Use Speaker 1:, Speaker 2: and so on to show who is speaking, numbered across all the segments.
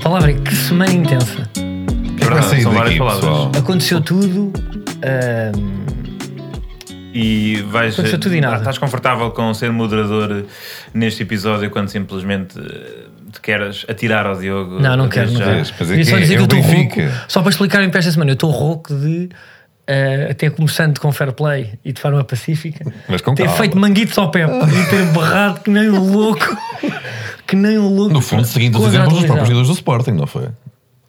Speaker 1: palavra, é que semana intensa.
Speaker 2: O que é que vai sair
Speaker 3: São várias
Speaker 2: daqui,
Speaker 3: palavras.
Speaker 2: pessoal?
Speaker 1: Aconteceu tudo. ahm,
Speaker 3: E vais.
Speaker 1: Aconteceu tudo e nada.
Speaker 3: Estás confortável com ser moderador neste episódio quando simplesmente eh, te queres atirar ao Diogo?
Speaker 1: não, não quero,
Speaker 3: desde
Speaker 1: não
Speaker 3: já?
Speaker 1: quero.
Speaker 2: Mas aqui
Speaker 1: Queria só
Speaker 2: é-
Speaker 1: dizer
Speaker 2: é
Speaker 1: que eu
Speaker 2: o
Speaker 1: estou rouco.
Speaker 2: Benfica.
Speaker 1: Só para explicarem para esta semana, eu estou rouco de. ah, ter começando com fair play e de forma pacífica,
Speaker 2: Mas com
Speaker 1: ter
Speaker 2: calma.
Speaker 1: feito manguitos ao pé e ter barrado que nem um louco, que nem um louco.
Speaker 2: No fundo, seguindo os
Speaker 1: contra a
Speaker 2: exemplos dos próprios
Speaker 1: televisão.
Speaker 2: jogadores do Sporting, não foi?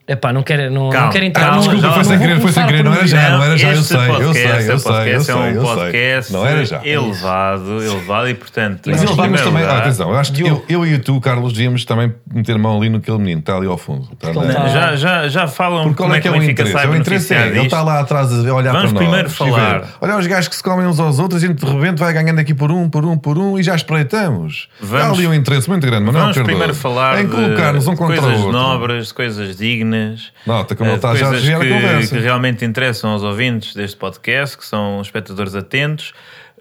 Speaker 1: Epá, não quero, não,
Speaker 3: Calma,
Speaker 1: não quero entrar.
Speaker 3: calma,
Speaker 1: não-
Speaker 3: desculpa,
Speaker 1: não-
Speaker 3: foi
Speaker 2: sem
Speaker 1: não vou
Speaker 2: querer, foi sem
Speaker 1: começar
Speaker 2: querer,
Speaker 1: por
Speaker 2: não era
Speaker 1: mim.
Speaker 2: já, não era já, eu
Speaker 3: este
Speaker 2: sei, eu
Speaker 3: podcast,
Speaker 2: sei,
Speaker 3: é um
Speaker 2: eu sei, eu
Speaker 3: podcast,
Speaker 2: sei,
Speaker 3: é um
Speaker 2: eu sei.
Speaker 3: podcast
Speaker 2: Não era já.
Speaker 3: elevado, elevado e portanto.
Speaker 2: Mas
Speaker 3: em
Speaker 2: eles vamos
Speaker 3: primeiro
Speaker 2: também. Ah,
Speaker 3: lugar-
Speaker 2: atenção, eu acho que eu,
Speaker 1: Diogo.
Speaker 2: eu e tu, Carlos, devíamos também meter a mão ali naquele menino que está ali ao fundo. Está
Speaker 1: Não,
Speaker 2: ali.
Speaker 1: não.
Speaker 3: Já, já, já falam
Speaker 2: Porque
Speaker 3: como
Speaker 2: qual é que é
Speaker 3: o
Speaker 2: o
Speaker 3: Benfica
Speaker 2: interesse?
Speaker 3: sai
Speaker 2: O interesse é,
Speaker 3: beneficiado
Speaker 2: ele
Speaker 3: disto.
Speaker 2: está lá atrás a olhar
Speaker 3: Vamos
Speaker 2: para nós.
Speaker 3: primeiro
Speaker 2: e ver.
Speaker 3: falar.
Speaker 2: Olha os gajos que se comem uns aos outros, a gente de repente vai ganhando aqui por um, por um, por um e já espreitamos. Há
Speaker 3: Vamos-
Speaker 2: ali um interesse muito grande, mas não é um
Speaker 3: Vamos
Speaker 2: perdoa.
Speaker 3: primeiro falar
Speaker 2: Em colocar-nos um
Speaker 3: de
Speaker 2: contra o
Speaker 3: coisas
Speaker 2: outro.
Speaker 3: nobres, de coisas dignas,
Speaker 2: Nota como
Speaker 3: eh,
Speaker 2: ele está
Speaker 3: de
Speaker 2: já a
Speaker 3: coisas
Speaker 2: desviar a
Speaker 3: que,
Speaker 2: conversa.
Speaker 3: que realmente interessam aos ouvintes deste podcast, que são espectadores atentos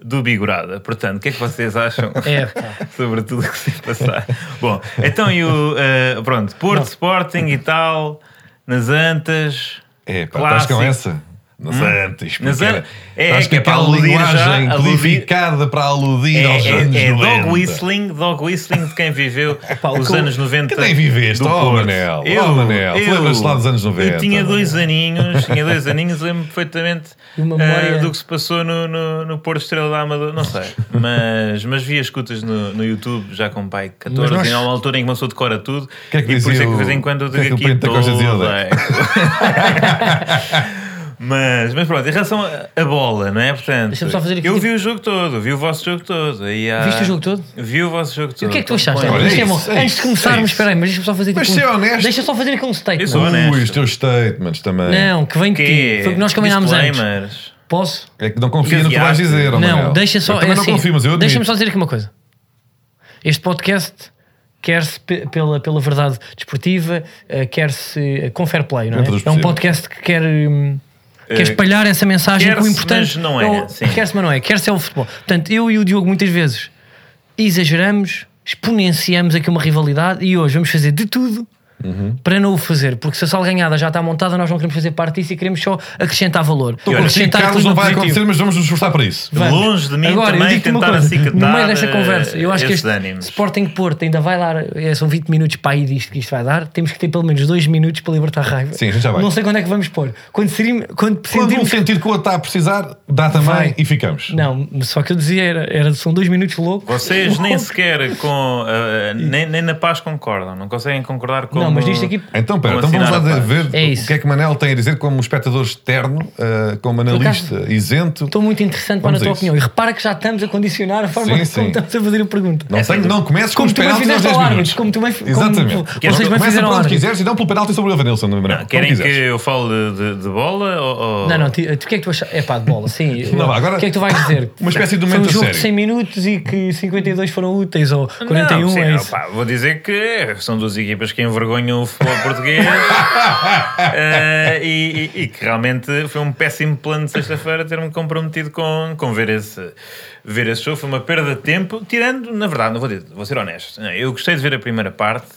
Speaker 3: do Bigorada. Portanto, o que é que vocês acham
Speaker 1: É, pá.
Speaker 3: sobre tudo o que se passar? Bom, então e o eh, pronto, Porto Sporting e tal, nas Antas.
Speaker 2: É, pá, estás
Speaker 3: clássico.
Speaker 2: com essa? Nas antes, porque
Speaker 3: Nas
Speaker 2: era-
Speaker 3: an- Hum? é,
Speaker 2: acho
Speaker 3: que é para
Speaker 2: aquela
Speaker 3: aludir já,
Speaker 2: linguagem
Speaker 3: aludir-
Speaker 2: codificada para aludir
Speaker 3: É,
Speaker 2: aos anos
Speaker 3: é, é
Speaker 2: 90.
Speaker 3: dog whistling, dog whistling de quem viveu os
Speaker 1: com-
Speaker 3: anos 90.
Speaker 2: que nem viveste,
Speaker 3: do
Speaker 2: oh,
Speaker 3: Porto.
Speaker 2: Manel, oh, Manel, tu lembras-te lá dos anos 90,
Speaker 3: Eu tinha
Speaker 2: Manel.
Speaker 3: dois aninhos, tinha dois aninhos, lembro-me perfeitamente
Speaker 1: E uma memória-
Speaker 3: eh, do que se passou no, no, no Porto Estrela da Amadora, não sei, mas, mas vi as escutas no, no YouTube já com pai de 14
Speaker 1: Mas nós-
Speaker 3: e há uma altura em que uma pessoa decora tudo
Speaker 2: Que é que
Speaker 3: e por isso
Speaker 2: dizia
Speaker 3: é que de vez em
Speaker 2: o-
Speaker 3: quando eu
Speaker 2: que é
Speaker 3: digo
Speaker 2: que o
Speaker 3: aqui
Speaker 2: Pinto da Costa dizia,
Speaker 3: toda é
Speaker 2: Odé?
Speaker 3: a- Mas, mas pronto, em relação à bola, não é? Portanto,
Speaker 1: Deixa-me só fazer aqui- tipo
Speaker 3: eu vi o jogo todo, vi o vosso jogo todo. E há-
Speaker 1: Viste o jogo todo?
Speaker 3: Vi o vosso jogo
Speaker 1: E
Speaker 3: todo.
Speaker 1: o que é que tu achaste?
Speaker 2: Ah, Olha,
Speaker 1: Isto é bom.
Speaker 2: isso, é
Speaker 1: Antes
Speaker 2: isso,
Speaker 1: de começarmos,
Speaker 2: é isso.
Speaker 1: espera aí, mas deixa-me só fazer aqui
Speaker 2: Mas
Speaker 1: um-
Speaker 2: ser honesto.
Speaker 1: Deixa só fazer aqui um statement.
Speaker 3: Isso é honesto.
Speaker 2: Ui, os teus statements também.
Speaker 1: Não, que vem de ti. Foi o que nós combinámos antes.
Speaker 3: Disclaimers.
Speaker 1: Posso?
Speaker 2: É que não confia no que tu vais
Speaker 3: Desviaste.
Speaker 2: dizer, oh, Manel.
Speaker 1: Não, deixa
Speaker 2: Eu
Speaker 1: só.
Speaker 2: também
Speaker 1: é
Speaker 2: não
Speaker 1: assim,
Speaker 2: confio, mas eu
Speaker 1: Deixa-me
Speaker 2: admito.
Speaker 1: só dizer aqui uma coisa. Este podcast quer-se pe- pela, pela verdade desportiva, eh, quer-se eh, com fair play, não é?
Speaker 2: Dentro dos
Speaker 1: É um
Speaker 2: possíveis.
Speaker 1: podcast que quer. hum, Quer
Speaker 3: Eh,
Speaker 1: espalhar essa mensagem que o
Speaker 3: quer-se,
Speaker 1: importante.
Speaker 3: mas não é,
Speaker 1: o-
Speaker 3: sim.
Speaker 1: Quer-se, mas não é. Quer-se é o futebol. Portanto, eu e o Diogo muitas vezes exageramos, exponenciamos aqui uma rivalidade e hoje vamos fazer de tudo
Speaker 2: Uhum.
Speaker 1: para não o fazer. Porque se a sala ganhada já está montada, nós não queremos fazer parte disso e queremos só acrescentar valor.
Speaker 2: Estou contigo,
Speaker 1: acrescentar
Speaker 2: Carlos, não
Speaker 1: clima
Speaker 2: vai
Speaker 1: positivo.
Speaker 2: acontecer, mas vamos nos esforçar para isso.
Speaker 1: Vamos.
Speaker 3: Longe de mim
Speaker 1: Agora,
Speaker 3: também
Speaker 1: eu digo-te uma
Speaker 3: tentar
Speaker 1: coisa,
Speaker 3: acicatar,
Speaker 1: No meio desta
Speaker 3: eh,
Speaker 1: conversa, eu acho que
Speaker 3: esses
Speaker 1: este
Speaker 3: ânimos.
Speaker 1: Sporting Porto ainda vai dar, eh, são 20 minutos para aí disto que isto vai dar, temos que ter pelo menos 2 minutos para libertar a raiva.
Speaker 2: Sim, a gente já vai.
Speaker 1: Não sei quando é que vamos pôr. Quando, serim, quando
Speaker 2: Quando um
Speaker 1: sentirmos...
Speaker 2: sentido que o outro está a precisar, dá também
Speaker 1: Vai.
Speaker 2: e ficamos.
Speaker 1: Não, só que eu dizia, era, era- são 2 minutos loucos.
Speaker 3: Vocês nem sequer com. ah, ah, nem, nem na paz concordam, não conseguem concordar com.
Speaker 1: Não, mas isto aqui-
Speaker 2: Então, pera,
Speaker 3: como
Speaker 2: então vamos lá
Speaker 3: assinar a paz.
Speaker 2: ver
Speaker 1: É
Speaker 2: o
Speaker 1: isso.
Speaker 2: que é que Manel tem a dizer como espectador externo, eh, como
Speaker 1: acaso,
Speaker 2: analista isento.
Speaker 1: Estou muito interessante para
Speaker 2: Vamos
Speaker 1: a tua
Speaker 2: a isso.
Speaker 1: opinião. E repara que já estamos a condicionar a forma
Speaker 2: Sim,
Speaker 1: como
Speaker 2: sim.
Speaker 1: estamos a fazer a pergunta.
Speaker 2: Não, sei, não comeces com
Speaker 1: Como
Speaker 2: os
Speaker 1: tu bem
Speaker 2: penaltis aos
Speaker 1: fizeste
Speaker 2: 10
Speaker 1: ao
Speaker 2: minutos.
Speaker 1: árbitro, como tu bem- como
Speaker 2: Exatamente.
Speaker 1: vocês bem
Speaker 2: Começa
Speaker 1: fizeram ao
Speaker 2: por onde
Speaker 1: árbitro.
Speaker 2: quiseres e não pelo penalti sobre o Evanilson, não, Manel.
Speaker 3: Querem
Speaker 2: Como
Speaker 3: que
Speaker 2: quiseres.
Speaker 3: eu fale de, de bola? Ou, ou-
Speaker 1: Não, não, tu, tu o que é que tu achas? É pá, de bola, sim.
Speaker 2: Não, vá, agora-
Speaker 1: o que é que tu vais dizer?
Speaker 2: Uma espécie de
Speaker 1: Foi um
Speaker 2: momento a
Speaker 1: jogo de
Speaker 2: sério.
Speaker 1: 100 minutos e que 52 foram úteis, ou 41
Speaker 3: Não, sim,
Speaker 1: é isso.
Speaker 3: opá, vou dizer que são duas equipas que envergonham o futebol português Eh, e, e- e que realmente foi um péssimo plano de sexta-feira ter-me comprometido com, com ver, esse, ver esse jogo. Foi uma perda de tempo, tirando, na verdade, não vou, dizer, vou ser honesto, Não, eu gostei de ver a primeira parte.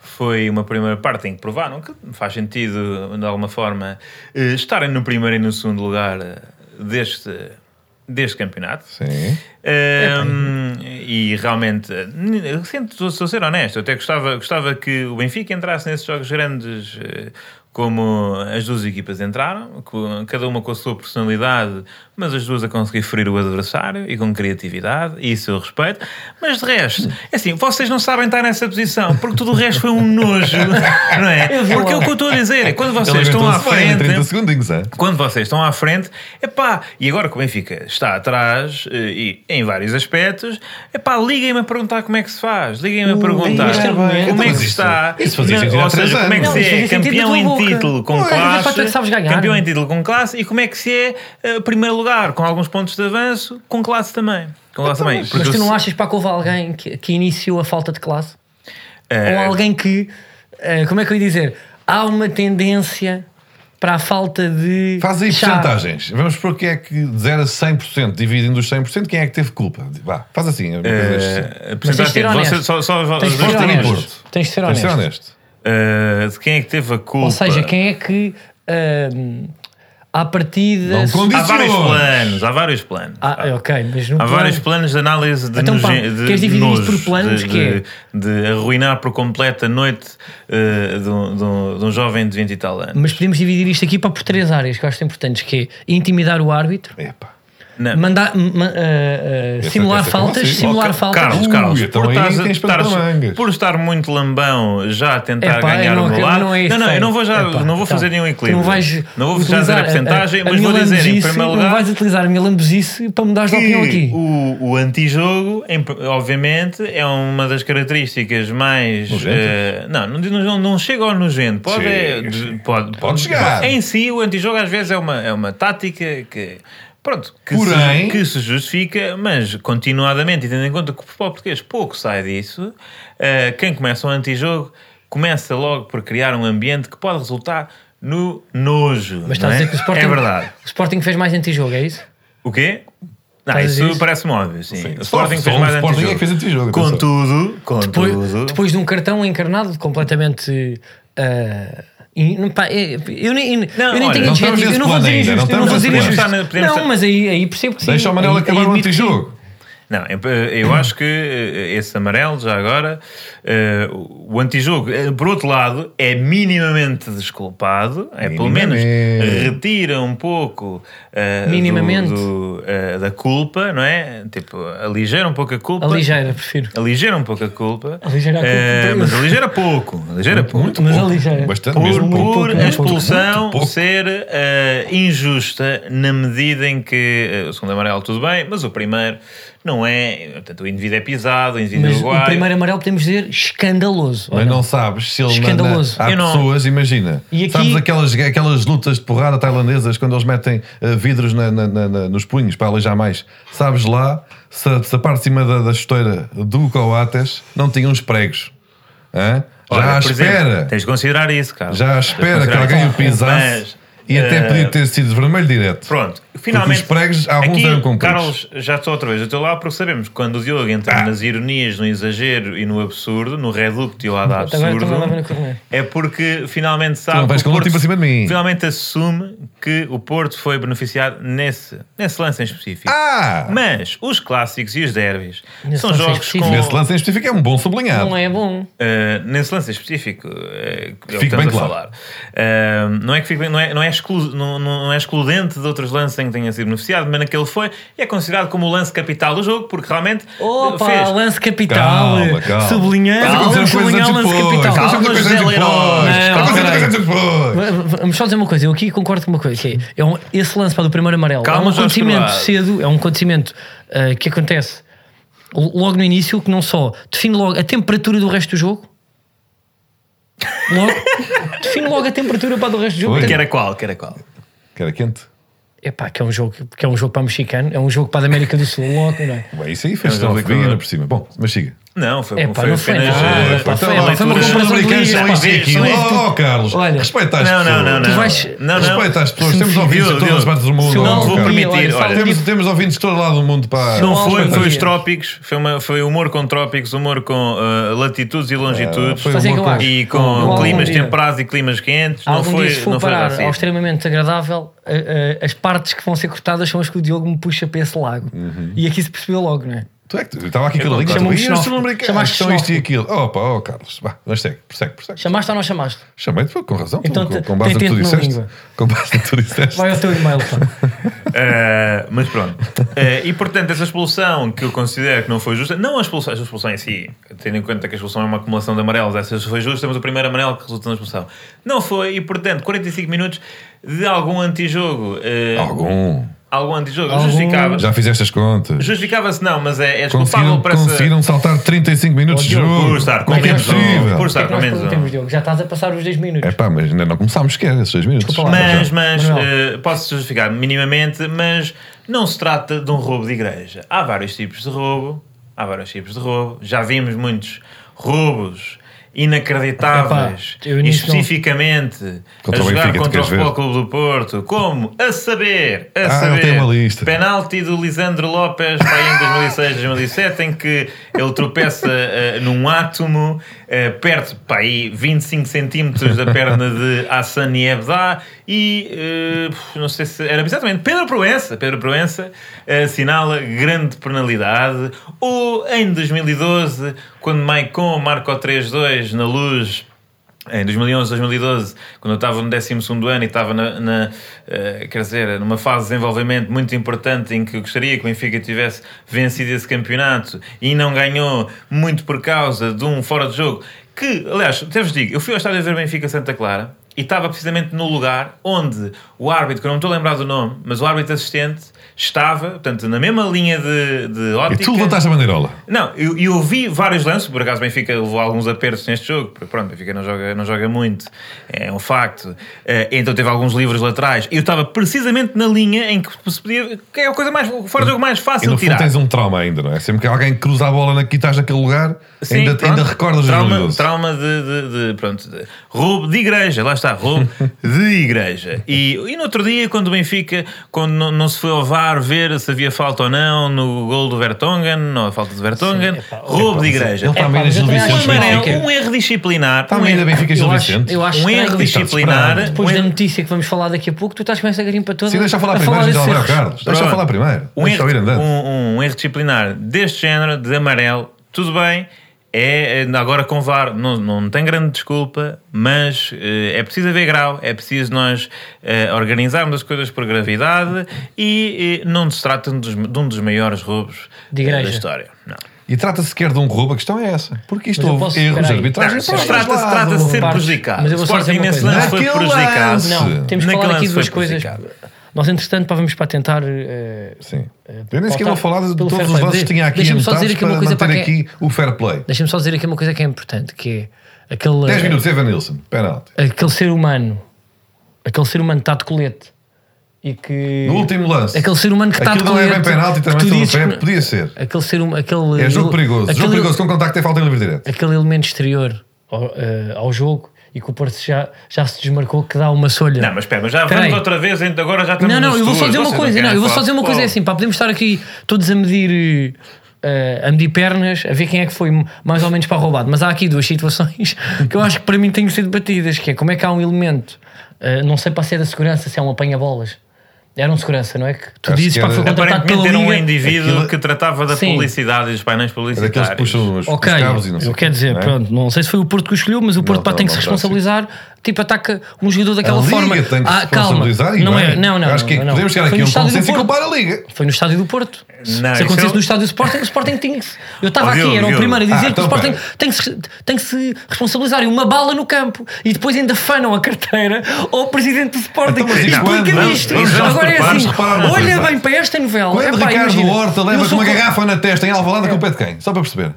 Speaker 3: Foi uma primeira parte em que provaram que faz sentido, de alguma forma, eh, estarem no primeiro e no segundo lugar eh, deste, deste campeonato.
Speaker 2: Sim.
Speaker 3: Um, e realmente, eh, n- eu sinto, estou estou a ser honesto, eu até gostava, gostava que o Benfica entrasse nesses jogos grandes eh, como as duas equipas entraram, com- cada uma com a sua personalidade, mas as duas a conseguir ferir o adversário e com criatividade, e isso eu respeito. Mas de resto, é assim, vocês não sabem estar nessa posição, porque tudo o resto foi um nojo, não é?
Speaker 1: vi
Speaker 3: Porque é o que eu estou a dizer, é quando vocês estão à
Speaker 2: inventou-se bem em
Speaker 3: frente né?
Speaker 2: 30 segundinhos, é?
Speaker 3: quando vocês estão à frente, epá, e agora que o Benfica está atrás, eh, e em vários aspectos, epá, liguem-me a perguntar como é que se faz, liguem-me a perguntar
Speaker 1: este argumento.
Speaker 3: como é que
Speaker 2: Mas
Speaker 3: se
Speaker 2: isso-
Speaker 3: está,
Speaker 2: isso fazia sentido há
Speaker 3: ou seja,
Speaker 2: três
Speaker 3: como é que se
Speaker 2: anos.
Speaker 1: Não,
Speaker 3: é
Speaker 1: isso fazia sentido
Speaker 3: campeão
Speaker 1: na tua
Speaker 3: em
Speaker 1: boca.
Speaker 3: título com
Speaker 1: Não, era para tu é que
Speaker 3: classe,
Speaker 1: sabes ganhar.
Speaker 3: campeão em título com classe, e como é que se é eh, primeiro lugar, com alguns pontos de avanço, com classe também. Com classe também.
Speaker 1: Mas
Speaker 3: Porque
Speaker 1: tu
Speaker 3: eu
Speaker 1: não
Speaker 3: se-
Speaker 1: achas para que houve alguém que, que iniciou a falta de classe?
Speaker 3: eh,
Speaker 2: É,
Speaker 1: Ou alguém que, eh, como é que eu ia dizer? Há uma tendência para a falta de.
Speaker 2: Faz aí
Speaker 1: chave.
Speaker 2: porcentagens. Vamos por que é que de 0 a 100%, dividindo os 100%, quem é que teve culpa? Vá, faz assim.
Speaker 3: eh,
Speaker 1: Mas tens de ser
Speaker 3: porcentagem,
Speaker 1: honesto.
Speaker 3: você- só- só-
Speaker 1: Tens de ser
Speaker 3: vocês têm
Speaker 2: Sporting e
Speaker 1: honesto.
Speaker 2: Porto.
Speaker 1: Tens de ser
Speaker 2: Tens de ser
Speaker 1: honesto.
Speaker 2: honesto.
Speaker 3: eh, de quem é que teve a culpa.
Speaker 1: Ou seja, quem é que ahm, à partida.
Speaker 2: Não condiz-
Speaker 3: Há vários
Speaker 2: Isso.
Speaker 3: planos, há vários planos.
Speaker 1: Ah, é, ok, mas no
Speaker 3: Há
Speaker 1: plano-
Speaker 3: vários planos de análise de
Speaker 1: Então, pá,
Speaker 3: noje- de
Speaker 1: queres dividir isto
Speaker 3: nojo,
Speaker 1: por planos,
Speaker 3: de,
Speaker 1: que é?
Speaker 3: de, de arruinar por completo a noite eh, de, um, de um- de um jovem de 20 e tal anos.
Speaker 1: Mas podemos dividir isto aqui para por três áreas que eu acho importantes, que é intimidar o árbitro,
Speaker 2: Epá.
Speaker 3: Não.
Speaker 1: mandar, ma- ah, ah, simular
Speaker 2: essa é
Speaker 1: faltas,
Speaker 2: consigo.
Speaker 1: simular
Speaker 3: Oh, Ca-
Speaker 1: faltas.
Speaker 3: Carlos,
Speaker 2: Ui,
Speaker 3: Carlos,
Speaker 2: então
Speaker 3: por,
Speaker 2: aí
Speaker 3: estás-
Speaker 2: tens
Speaker 3: estares-
Speaker 2: pantamangas.
Speaker 3: por estar muito lambão já a tentar
Speaker 1: Epá,
Speaker 3: ganhar
Speaker 1: não,
Speaker 3: o meu
Speaker 1: não,
Speaker 3: lado.
Speaker 1: não
Speaker 3: Não,
Speaker 1: é isso,
Speaker 3: não, eu não vou, já,
Speaker 1: epá,
Speaker 3: não vou
Speaker 1: então,
Speaker 3: fazer nenhum
Speaker 1: tu
Speaker 3: equilíbrio.
Speaker 1: Não, vais
Speaker 3: vou já dizer a
Speaker 1: utilizar
Speaker 3: porcentagem,
Speaker 1: a
Speaker 3: mas vou
Speaker 1: Milan
Speaker 3: dizer em
Speaker 1: Buzice,
Speaker 3: primeiro
Speaker 1: Não
Speaker 3: lugar.
Speaker 1: vais utilizar a Milambuzice para mudares de opinião
Speaker 3: que
Speaker 1: aqui.
Speaker 3: O, o antijogo, em- obviamente, é uma das características mais.
Speaker 2: Nojento?
Speaker 3: eh, não, não, não, não chega ao nojento. Pode, é-
Speaker 2: Chega,
Speaker 3: de-
Speaker 2: chega.
Speaker 3: pode,
Speaker 2: Pode chegar.
Speaker 3: Em si, o antijogo às vezes é uma, é uma tática que. Pronto, que,
Speaker 2: Porém-
Speaker 3: se, que se justifica, mas continuadamente, e tendo em conta que o futebol português pouco sai disso, eh, quem começa um antijogo começa logo por criar um ambiente que pode resultar no nojo.
Speaker 1: Mas
Speaker 3: não
Speaker 1: estás a
Speaker 3: é?
Speaker 1: dizer que o Sporting,
Speaker 3: É verdade.
Speaker 1: o Sporting fez mais antijogo, é isso?
Speaker 3: O quê? Ah,
Speaker 1: Faz
Speaker 3: isso
Speaker 1: isso.
Speaker 3: parece-me óbvio, sim.
Speaker 2: Sim.
Speaker 3: O Sporting
Speaker 2: Só-
Speaker 3: fez
Speaker 2: só
Speaker 3: mais
Speaker 2: o Sporting
Speaker 3: antijogo.
Speaker 2: é que fez antijogo, atenção.
Speaker 3: Contudo,
Speaker 1: Depois,
Speaker 3: contudo...
Speaker 1: depois de um cartão encarnado completamente. ah, in- pá, é- eu nem, eu nem
Speaker 3: olha,
Speaker 1: tenho
Speaker 3: não
Speaker 1: adjetivos,
Speaker 2: estamos
Speaker 1: eu não
Speaker 2: nesse
Speaker 1: vou
Speaker 2: plano
Speaker 1: dizer
Speaker 2: ainda, não
Speaker 1: injusto, eu não
Speaker 2: estamos
Speaker 1: vou dizer
Speaker 2: nesse plano.
Speaker 1: injusto.
Speaker 3: Podemos estar-
Speaker 1: Não, mas aí, aí percebo que sim.
Speaker 2: Deixa o Manel
Speaker 1: Aí-
Speaker 2: acabar
Speaker 1: aí
Speaker 2: o
Speaker 1: admito que sim.
Speaker 2: antijogo.
Speaker 3: Não, eu- eu
Speaker 1: Uhum.
Speaker 3: acho que eh, esse amarelo, já agora, eh, o antijogo, eh, por outro lado, é minimamente desculpado, é pelo menos
Speaker 2: Minimamente.
Speaker 3: retira um pouco eh, do-
Speaker 1: Minimamente.
Speaker 3: do, eh, da culpa, não é? Tipo, aligera um pouco a culpa.
Speaker 1: Aligeira, prefiro.
Speaker 3: Aligera um pouco a culpa.
Speaker 1: Aligera a culpa.
Speaker 3: Eh, mas aligera pouco. Aligera pouco.
Speaker 1: Mas aligeira.
Speaker 2: Bastante
Speaker 3: por,
Speaker 2: mesmo.
Speaker 3: por
Speaker 1: pouco, muito
Speaker 3: a
Speaker 1: pouco,
Speaker 3: expulsão
Speaker 2: muito pouco.
Speaker 3: ser eh, injusta na medida em que eh, o segundo amarelo tudo bem, mas o primeiro não é, portanto o indivíduo é pisado, o indivíduo
Speaker 1: Mas
Speaker 3: é
Speaker 1: o
Speaker 3: uruguaio.
Speaker 1: primeiro amarelo podemos dizer escandaloso. ou
Speaker 2: Mas
Speaker 1: não?
Speaker 2: não sabes se ele manda.
Speaker 1: Escandaloso.
Speaker 2: Há
Speaker 3: Eu não-
Speaker 2: pessoas, imagina.
Speaker 1: E aqui-
Speaker 2: Sabes aquelas, aquelas lutas de porrada tailandesas quando eles metem eh, vidros na- na- na- na- nos punhos para aleijar mais? Sabes lá se, a- se a parte de cima da, da chuteira do Coates não tinha uns pregos? Hã? Já
Speaker 3: Olha,
Speaker 2: à
Speaker 3: por exemplo,
Speaker 2: espera.
Speaker 3: tens de considerar isso, cara.
Speaker 2: Já à espera que alguém o pisasse e
Speaker 3: eh,
Speaker 2: até podia ter sido vermelho direto.
Speaker 3: Pronto, finalmente.
Speaker 2: os pregos, Ah. alguns
Speaker 3: aqui,
Speaker 2: eram compridos.
Speaker 3: Carlos, já estou outra vez, eu estou lá porque sabemos que quando o Diogo entra nas ironias, no exagero e no absurdo, no reducto e lá da
Speaker 1: Agora
Speaker 3: absurdo,
Speaker 1: estou-me a levar na corneta.
Speaker 3: é porque finalmente sabe.
Speaker 2: Tu não vais
Speaker 3: que o
Speaker 2: com o
Speaker 3: Porto
Speaker 2: último acima de mim.
Speaker 3: Finalmente assume que o Porto foi beneficiado nesse, nesse lance em específico.
Speaker 2: Ah!
Speaker 3: Mas os clássicos e os derbys
Speaker 1: Nesse
Speaker 3: são
Speaker 1: lance em
Speaker 3: jogos
Speaker 1: específico.
Speaker 3: com.
Speaker 2: Nesse lance em específico é um bom sublinhado.
Speaker 1: Não é bom.
Speaker 3: Uh, nesse lance específico, uh, é o que
Speaker 2: Fique
Speaker 3: estamos
Speaker 2: bem
Speaker 3: a
Speaker 2: claro.
Speaker 3: falar. Uh, não é que fique bem- não é, não é, exclu- não- não é excludente de outros lances em que tenha sido beneficiado, mas naquele foi e é considerado como o lance capital do jogo, porque realmente uh,
Speaker 1: Opa,
Speaker 3: fez.
Speaker 1: lance capital. eh,
Speaker 2: Calma, calma.
Speaker 1: Sublinhando,
Speaker 2: Mas
Speaker 3: Calma,
Speaker 2: aconteceram
Speaker 1: sublinhar
Speaker 2: coisas
Speaker 1: lance
Speaker 2: depois.
Speaker 1: capital.
Speaker 2: Aconteceram
Speaker 3: Calma,
Speaker 2: coisas
Speaker 3: José
Speaker 2: depois.
Speaker 3: Leroy.
Speaker 1: Não,
Speaker 2: Aconteceram
Speaker 1: peraí.
Speaker 2: coisas depois.
Speaker 1: Va- va- Vamos só dizer uma coisa, eu aqui concordo com uma coisa, que é, é um- esse lance para do primeiro amarelo é
Speaker 3: Calma,
Speaker 1: um
Speaker 3: Jorge
Speaker 1: acontecimento
Speaker 3: Croado.
Speaker 1: cedo, é um acontecimento ah, que acontece l- logo no início, que não só define logo a temperatura do resto do jogo, logo, define logo a temperatura para do resto do jogo.
Speaker 2: Ui.
Speaker 1: Portanto,
Speaker 3: Que era qual? Que era qual?
Speaker 2: Que era quente.
Speaker 1: Epá, que é um jogo que é um jogo para mexicano, é um jogo para a América do Sul, logo, não é?
Speaker 2: Bem, isso aí fez
Speaker 3: É um jogo
Speaker 2: estão
Speaker 3: de calor.
Speaker 2: ainda por cima. Bom, mas siga.
Speaker 3: Não, foi,
Speaker 1: Epá,
Speaker 3: foi
Speaker 1: não foi
Speaker 3: apenas.
Speaker 1: nada.
Speaker 3: uh,
Speaker 1: Epá, foi- epá,
Speaker 3: então,
Speaker 1: foi uma
Speaker 3: leituras-
Speaker 1: comparação de
Speaker 2: americanos são
Speaker 1: ligas,
Speaker 2: isto e
Speaker 3: pá.
Speaker 2: aquilo.
Speaker 3: Sim,
Speaker 2: Oh, Carlos,
Speaker 1: Olha,
Speaker 2: respeita as
Speaker 3: Não,
Speaker 2: pessoas.
Speaker 3: não, não, não.
Speaker 1: Tu vais-
Speaker 3: não, não.
Speaker 2: Respeita as pessoas.
Speaker 3: Se
Speaker 2: Temos
Speaker 3: me
Speaker 2: ouvintes
Speaker 3: viu,
Speaker 2: de todas as
Speaker 3: viu.
Speaker 2: partes do mundo.
Speaker 1: Se eu não
Speaker 2: oh,
Speaker 1: vou
Speaker 2: Carlos.
Speaker 1: permitir, olha.
Speaker 2: Temos, temos ouvintes de todo lado do mundo para.
Speaker 3: Não
Speaker 1: Não
Speaker 3: foi,
Speaker 1: há
Speaker 3: foi os
Speaker 1: alternativa.
Speaker 3: trópicos, foi, uma, foi humor com trópicos, humor com uh, latitudes e longitudes.
Speaker 2: foi
Speaker 1: Sabes o que é que eu
Speaker 2: humor
Speaker 1: acho?
Speaker 3: e com
Speaker 1: Algum
Speaker 3: climas
Speaker 1: dia-
Speaker 3: temperados e climas quentes. Não
Speaker 1: Algum
Speaker 3: foi,
Speaker 1: dia, se for
Speaker 3: não foi
Speaker 1: parar
Speaker 3: racista.
Speaker 1: ao extremamente agradável, a- a- as partes que vão ser cortadas são as que o Diogo me puxa para esse lago.
Speaker 3: Uhum.
Speaker 1: E aqui se percebeu logo, não é?
Speaker 2: Tu é que tu- estava aqui aquilo ali.
Speaker 1: Chama-me
Speaker 2: Chamaste
Speaker 1: xenófobo. Chamaste
Speaker 2: americanos. São isto e
Speaker 1: xenófobo.
Speaker 2: aquilo. Opa, oh, Carlos. Vá, mas segue, persegue, persegue.
Speaker 1: Chamaste ou não chamaste?
Speaker 2: Chamei-te com razão. tu-
Speaker 1: Então,
Speaker 2: com-
Speaker 1: te-
Speaker 2: Com base no que tu
Speaker 1: tentei-te na
Speaker 2: disseste.
Speaker 1: língua.
Speaker 2: Com base no que tu disseste.
Speaker 1: Vai ao teu e-mail, pá.
Speaker 3: Uh, mas pronto. Uh, e portanto, essa expulsão que eu considero que não foi justa, não a expulsão, a expulsão em si, tendo em conta que a expulsão é uma acumulação de amarelos, essa foi justa, mas o primeiro amarelo que resulta na expulsão não foi. E portanto, 45 minutos de algum antijogo. Uh,
Speaker 2: Algum.
Speaker 3: Algum antijogo.
Speaker 1: Algum-
Speaker 3: Justificava.
Speaker 2: Já fizeste as contas.
Speaker 3: Justificava-se, não, mas é, é desculpável
Speaker 2: Conseguiram,
Speaker 3: para essa-
Speaker 2: conseguiram saltar 35 minutos de
Speaker 1: Diogo,
Speaker 2: jogo.
Speaker 3: por estar com
Speaker 2: Como é que é
Speaker 3: menos um.
Speaker 2: possível?
Speaker 3: Por
Speaker 1: O que é
Speaker 3: estar
Speaker 1: que
Speaker 3: com
Speaker 1: nós
Speaker 3: menos um.
Speaker 1: perguntamos, Diogo? Já estás a passar os 10 minutos.
Speaker 2: É pá, mas ainda não começámos sequer esses dois minutos.
Speaker 1: Desculpa lá.
Speaker 3: Mas, mas,
Speaker 1: Manuel.
Speaker 3: eh, posso justificar minimamente, mas não se trata de um roubo de igreja. Há vários tipos de roubo, há vários tipos de roubo. Já vimos muitos roubos inacreditáveis,
Speaker 1: Epá, eu
Speaker 3: e
Speaker 1: nisso
Speaker 3: especificamente
Speaker 2: Contra
Speaker 3: a
Speaker 2: o
Speaker 3: jogar
Speaker 2: Benfica, tu
Speaker 3: contra o
Speaker 2: queres ver?
Speaker 3: Futebol Clube do Porto, como a saber, a
Speaker 2: Ah,
Speaker 3: saber,
Speaker 2: ele tem uma lista.
Speaker 3: penalti do Lisandro Lopes para aí em 2006, 2007, em que ele tropeça eh, num átomo eh, perto, para aí 25 centímetros da perna de Hassani Ebda e eh, puf, não sei se era exatamente Pedro Proença. Pedro Proença eh, assinala grande penalidade. Ou em 2012, quando Maicon marca o 3-2 na luz em 2011, 2012, quando eu estava no 12 ano e estava na, na, eh, quer dizer, numa fase de desenvolvimento muito importante em que eu gostaria que o Benfica tivesse vencido esse campeonato e não ganhou muito por causa de um fora de jogo, que, aliás, até vos digo, eu fui ao estádio ver Benfica Santa Clara e estava precisamente no lugar onde o árbitro, que eu não me estou a lembrar do nome, mas o árbitro assistente estava, portanto, na mesma linha de, de
Speaker 2: E
Speaker 3: ótica.
Speaker 2: tu levantaste a bandeirola.
Speaker 3: Não, eu, eu vi vários lances, por acaso o Benfica levou alguns apertos neste jogo, porque, pronto, o Benfica não joga, não joga muito, é um facto. Eh, então teve alguns livros laterais. Eu estava precisamente na linha em que se podia. que é a coisa mais. o fora do jogo mais
Speaker 2: E
Speaker 3: fácil
Speaker 2: no
Speaker 3: de tirar.
Speaker 2: fundo tens um trauma ainda, não é? Sempre que alguém cruza a bola na- que estás naquele lugar,
Speaker 3: Sim,
Speaker 2: ainda,
Speaker 3: pronto.
Speaker 2: ainda recordas os
Speaker 3: trauma,
Speaker 2: jogadores.
Speaker 3: trauma de, de- de- pronto, de- roubo de igreja, lá está, roubo de igreja. E, e no outro dia, quando o Benfica, quando não, não se foi ao VAR ver se havia falta ou não no gol do Vertonghen, ou a falta de Vertonghen,
Speaker 1: Sim, epá,
Speaker 3: roubo de igreja.
Speaker 2: Ele
Speaker 1: Epá,
Speaker 2: está bem nas
Speaker 1: É mas eu também
Speaker 2: divisões
Speaker 1: acho
Speaker 3: Um amarelo,
Speaker 1: Benfica.
Speaker 3: um erro disciplinar,
Speaker 2: Está
Speaker 3: um
Speaker 2: Tá bem na
Speaker 3: erro,
Speaker 2: Benfica Gil
Speaker 1: Eu acho-
Speaker 2: Vicente.
Speaker 1: eu acho-
Speaker 3: um erro
Speaker 1: estranho. então,
Speaker 3: disciplinar.
Speaker 1: Depois
Speaker 3: um
Speaker 1: da
Speaker 3: erro-
Speaker 1: notícia que vamos falar daqui a pouco, tu estás com essa garimpa toda.
Speaker 2: Sim, deixa eu falar
Speaker 1: a
Speaker 2: primeiro,
Speaker 1: falar
Speaker 2: diz ao
Speaker 1: desses
Speaker 2: Gabriel
Speaker 1: erros.
Speaker 2: Carlos. Deixa eu falar primeiro.
Speaker 3: um
Speaker 2: Deixa eu ir
Speaker 3: erro,
Speaker 2: andando.
Speaker 3: um- um erro disciplinar deste género, de amarelo, tudo bem, é eh, agora com VAR, não, não tem grande desculpa, mas eh, é preciso haver grau, é preciso nós eh, organizarmos as coisas por gravidade e eh, não se trata de um dos, de um dos maiores roubos
Speaker 1: De
Speaker 3: eh, da
Speaker 1: igreja.
Speaker 3: história. Não.
Speaker 2: E trata-se sequer de um roubo, a questão é essa. Porque isto
Speaker 1: Mas eu
Speaker 2: houve
Speaker 1: posso-
Speaker 2: erros de
Speaker 1: peraí.
Speaker 2: arbitragem.
Speaker 3: Não,
Speaker 2: para os
Speaker 3: trata-se-
Speaker 2: lados.
Speaker 3: trata-se de ser
Speaker 1: Partes.
Speaker 3: prejudicado.
Speaker 1: Mas eu vou só dizer
Speaker 3: Sporting
Speaker 1: uma
Speaker 3: nesse
Speaker 1: coisa.
Speaker 3: lance foi
Speaker 2: então, Naquele
Speaker 3: prejudicado.
Speaker 2: lance.
Speaker 1: Não, temos que
Speaker 3: Naquele
Speaker 1: falar
Speaker 3: lance
Speaker 1: aqui de duas
Speaker 3: foi
Speaker 1: coisas.
Speaker 3: prejudicado.
Speaker 1: Nós, entrevistando para vamos para tentar. eh,
Speaker 2: Sim. Eu nem sequer
Speaker 1: Faltar
Speaker 2: vou falar de
Speaker 1: pelo
Speaker 2: todos
Speaker 1: fair
Speaker 2: os
Speaker 1: play.
Speaker 2: lances que tinha aqui
Speaker 1: Deixa-me só dizer
Speaker 2: anotados
Speaker 1: aqui uma
Speaker 2: para
Speaker 1: coisa
Speaker 2: manter
Speaker 1: para quem-
Speaker 2: aqui o fair play.
Speaker 1: Deixa-me só dizer aqui uma coisa que é importante, que é aquele,
Speaker 2: 10 minutos, Evanilson. Penalti.
Speaker 1: aquele ser humano, aquele ser humano que está de colete e que.
Speaker 2: No último lance.
Speaker 1: Aquele ser humano que está de
Speaker 2: Aquilo não
Speaker 1: colete.
Speaker 2: é bem penalti,
Speaker 1: que
Speaker 2: também
Speaker 1: tu
Speaker 2: estou no
Speaker 1: dizes
Speaker 2: pé,
Speaker 1: que-
Speaker 2: podia ser.
Speaker 1: Aquele ser humano. Aquele,
Speaker 2: É jogo
Speaker 1: ele-
Speaker 2: perigoso.
Speaker 1: Aquele,
Speaker 2: Jogo perigoso com contacto é falta em livre direto.
Speaker 1: aquele elemento exterior ao, eh, ao jogo e que o Porto já, já se desmarcou que dá uma solha.
Speaker 3: Não, mas espera, mas já
Speaker 1: Peraí.
Speaker 3: vamos outra vez, ainda agora já estamos
Speaker 1: Não, não,
Speaker 3: nos
Speaker 1: eu vou só
Speaker 3: tours,
Speaker 1: dizer uma
Speaker 3: vocês
Speaker 1: coisa,
Speaker 3: querem
Speaker 1: não, eu vou só
Speaker 3: falar
Speaker 1: dizer uma
Speaker 3: de
Speaker 1: coisa é
Speaker 3: futebol.
Speaker 1: assim, pá, podemos estar aqui todos a medir eh, a medir pernas, a ver quem é que foi mais ou menos para roubado, mas há aqui duas situações que eu acho que para mim têm que ser debatidas, que é como é que há um elemento, eh, não sei para ser da segurança, se é um apanha-bolas. Era um segurança, não é? Que tu
Speaker 2: Acho
Speaker 1: dizes
Speaker 2: que
Speaker 1: para
Speaker 2: era-
Speaker 1: foi contratado pela
Speaker 3: Aparentemente era um
Speaker 1: Liga.
Speaker 3: indivíduo
Speaker 2: Aquilo-
Speaker 3: que tratava da
Speaker 1: Sim.
Speaker 3: publicidade e dos painéis publicitários.
Speaker 2: Daqueles é que puxam os, os
Speaker 1: Ok,
Speaker 2: cabos e não sei.
Speaker 1: eu
Speaker 2: o quê,
Speaker 1: quero dizer,
Speaker 2: não é?
Speaker 1: pronto, não sei se foi o Porto que o escolheu, mas o Porto pá,
Speaker 2: não,
Speaker 1: tem que se
Speaker 2: não, não,
Speaker 1: responsabilizar, tipo, ataca um jogador
Speaker 2: A
Speaker 1: daquela
Speaker 2: Liga
Speaker 1: forma.
Speaker 2: tem que se
Speaker 1: Ah, calma,
Speaker 2: responsabilizar e
Speaker 1: não é,
Speaker 2: bem.
Speaker 1: não, não.
Speaker 2: Acho que
Speaker 1: não, não.
Speaker 2: podemos
Speaker 1: Foi
Speaker 2: chegar aqui a
Speaker 1: no
Speaker 2: um
Speaker 1: estádio do
Speaker 2: consenso e
Speaker 1: Porto.
Speaker 2: culpar a Liga.
Speaker 1: Foi no estádio do Porto. Se
Speaker 3: Não, isso
Speaker 1: acontecesse
Speaker 3: é o-
Speaker 1: no estádio do Sporting, o Sporting tem que. se- Eu estava
Speaker 3: Oh,
Speaker 1: aqui,
Speaker 3: Diogo,
Speaker 1: era o
Speaker 3: Diogo.
Speaker 1: primeiro a dizer
Speaker 2: Ah, então
Speaker 1: que o Sporting
Speaker 2: pera.
Speaker 1: tem que, se, tem que se responsabilizar. E uma bala no campo. E depois ainda fanam a carteira ao presidente do Sporting.
Speaker 2: Então, mas e quando?
Speaker 1: Explica-me
Speaker 2: Vamos-
Speaker 1: isto.
Speaker 2: vamos já
Speaker 1: Agora é
Speaker 2: preparar-nos,
Speaker 1: assim.
Speaker 2: reparar uma
Speaker 1: Olha
Speaker 2: coisa.
Speaker 1: bem para esta novela.
Speaker 2: Quando
Speaker 1: Epá,
Speaker 2: Ricardo
Speaker 1: É imagina,
Speaker 2: Horta
Speaker 1: eu
Speaker 2: leva com
Speaker 1: sou
Speaker 2: uma
Speaker 1: co-
Speaker 2: garrafa na testa em Alvalade com o pé de quem? Só para perceber.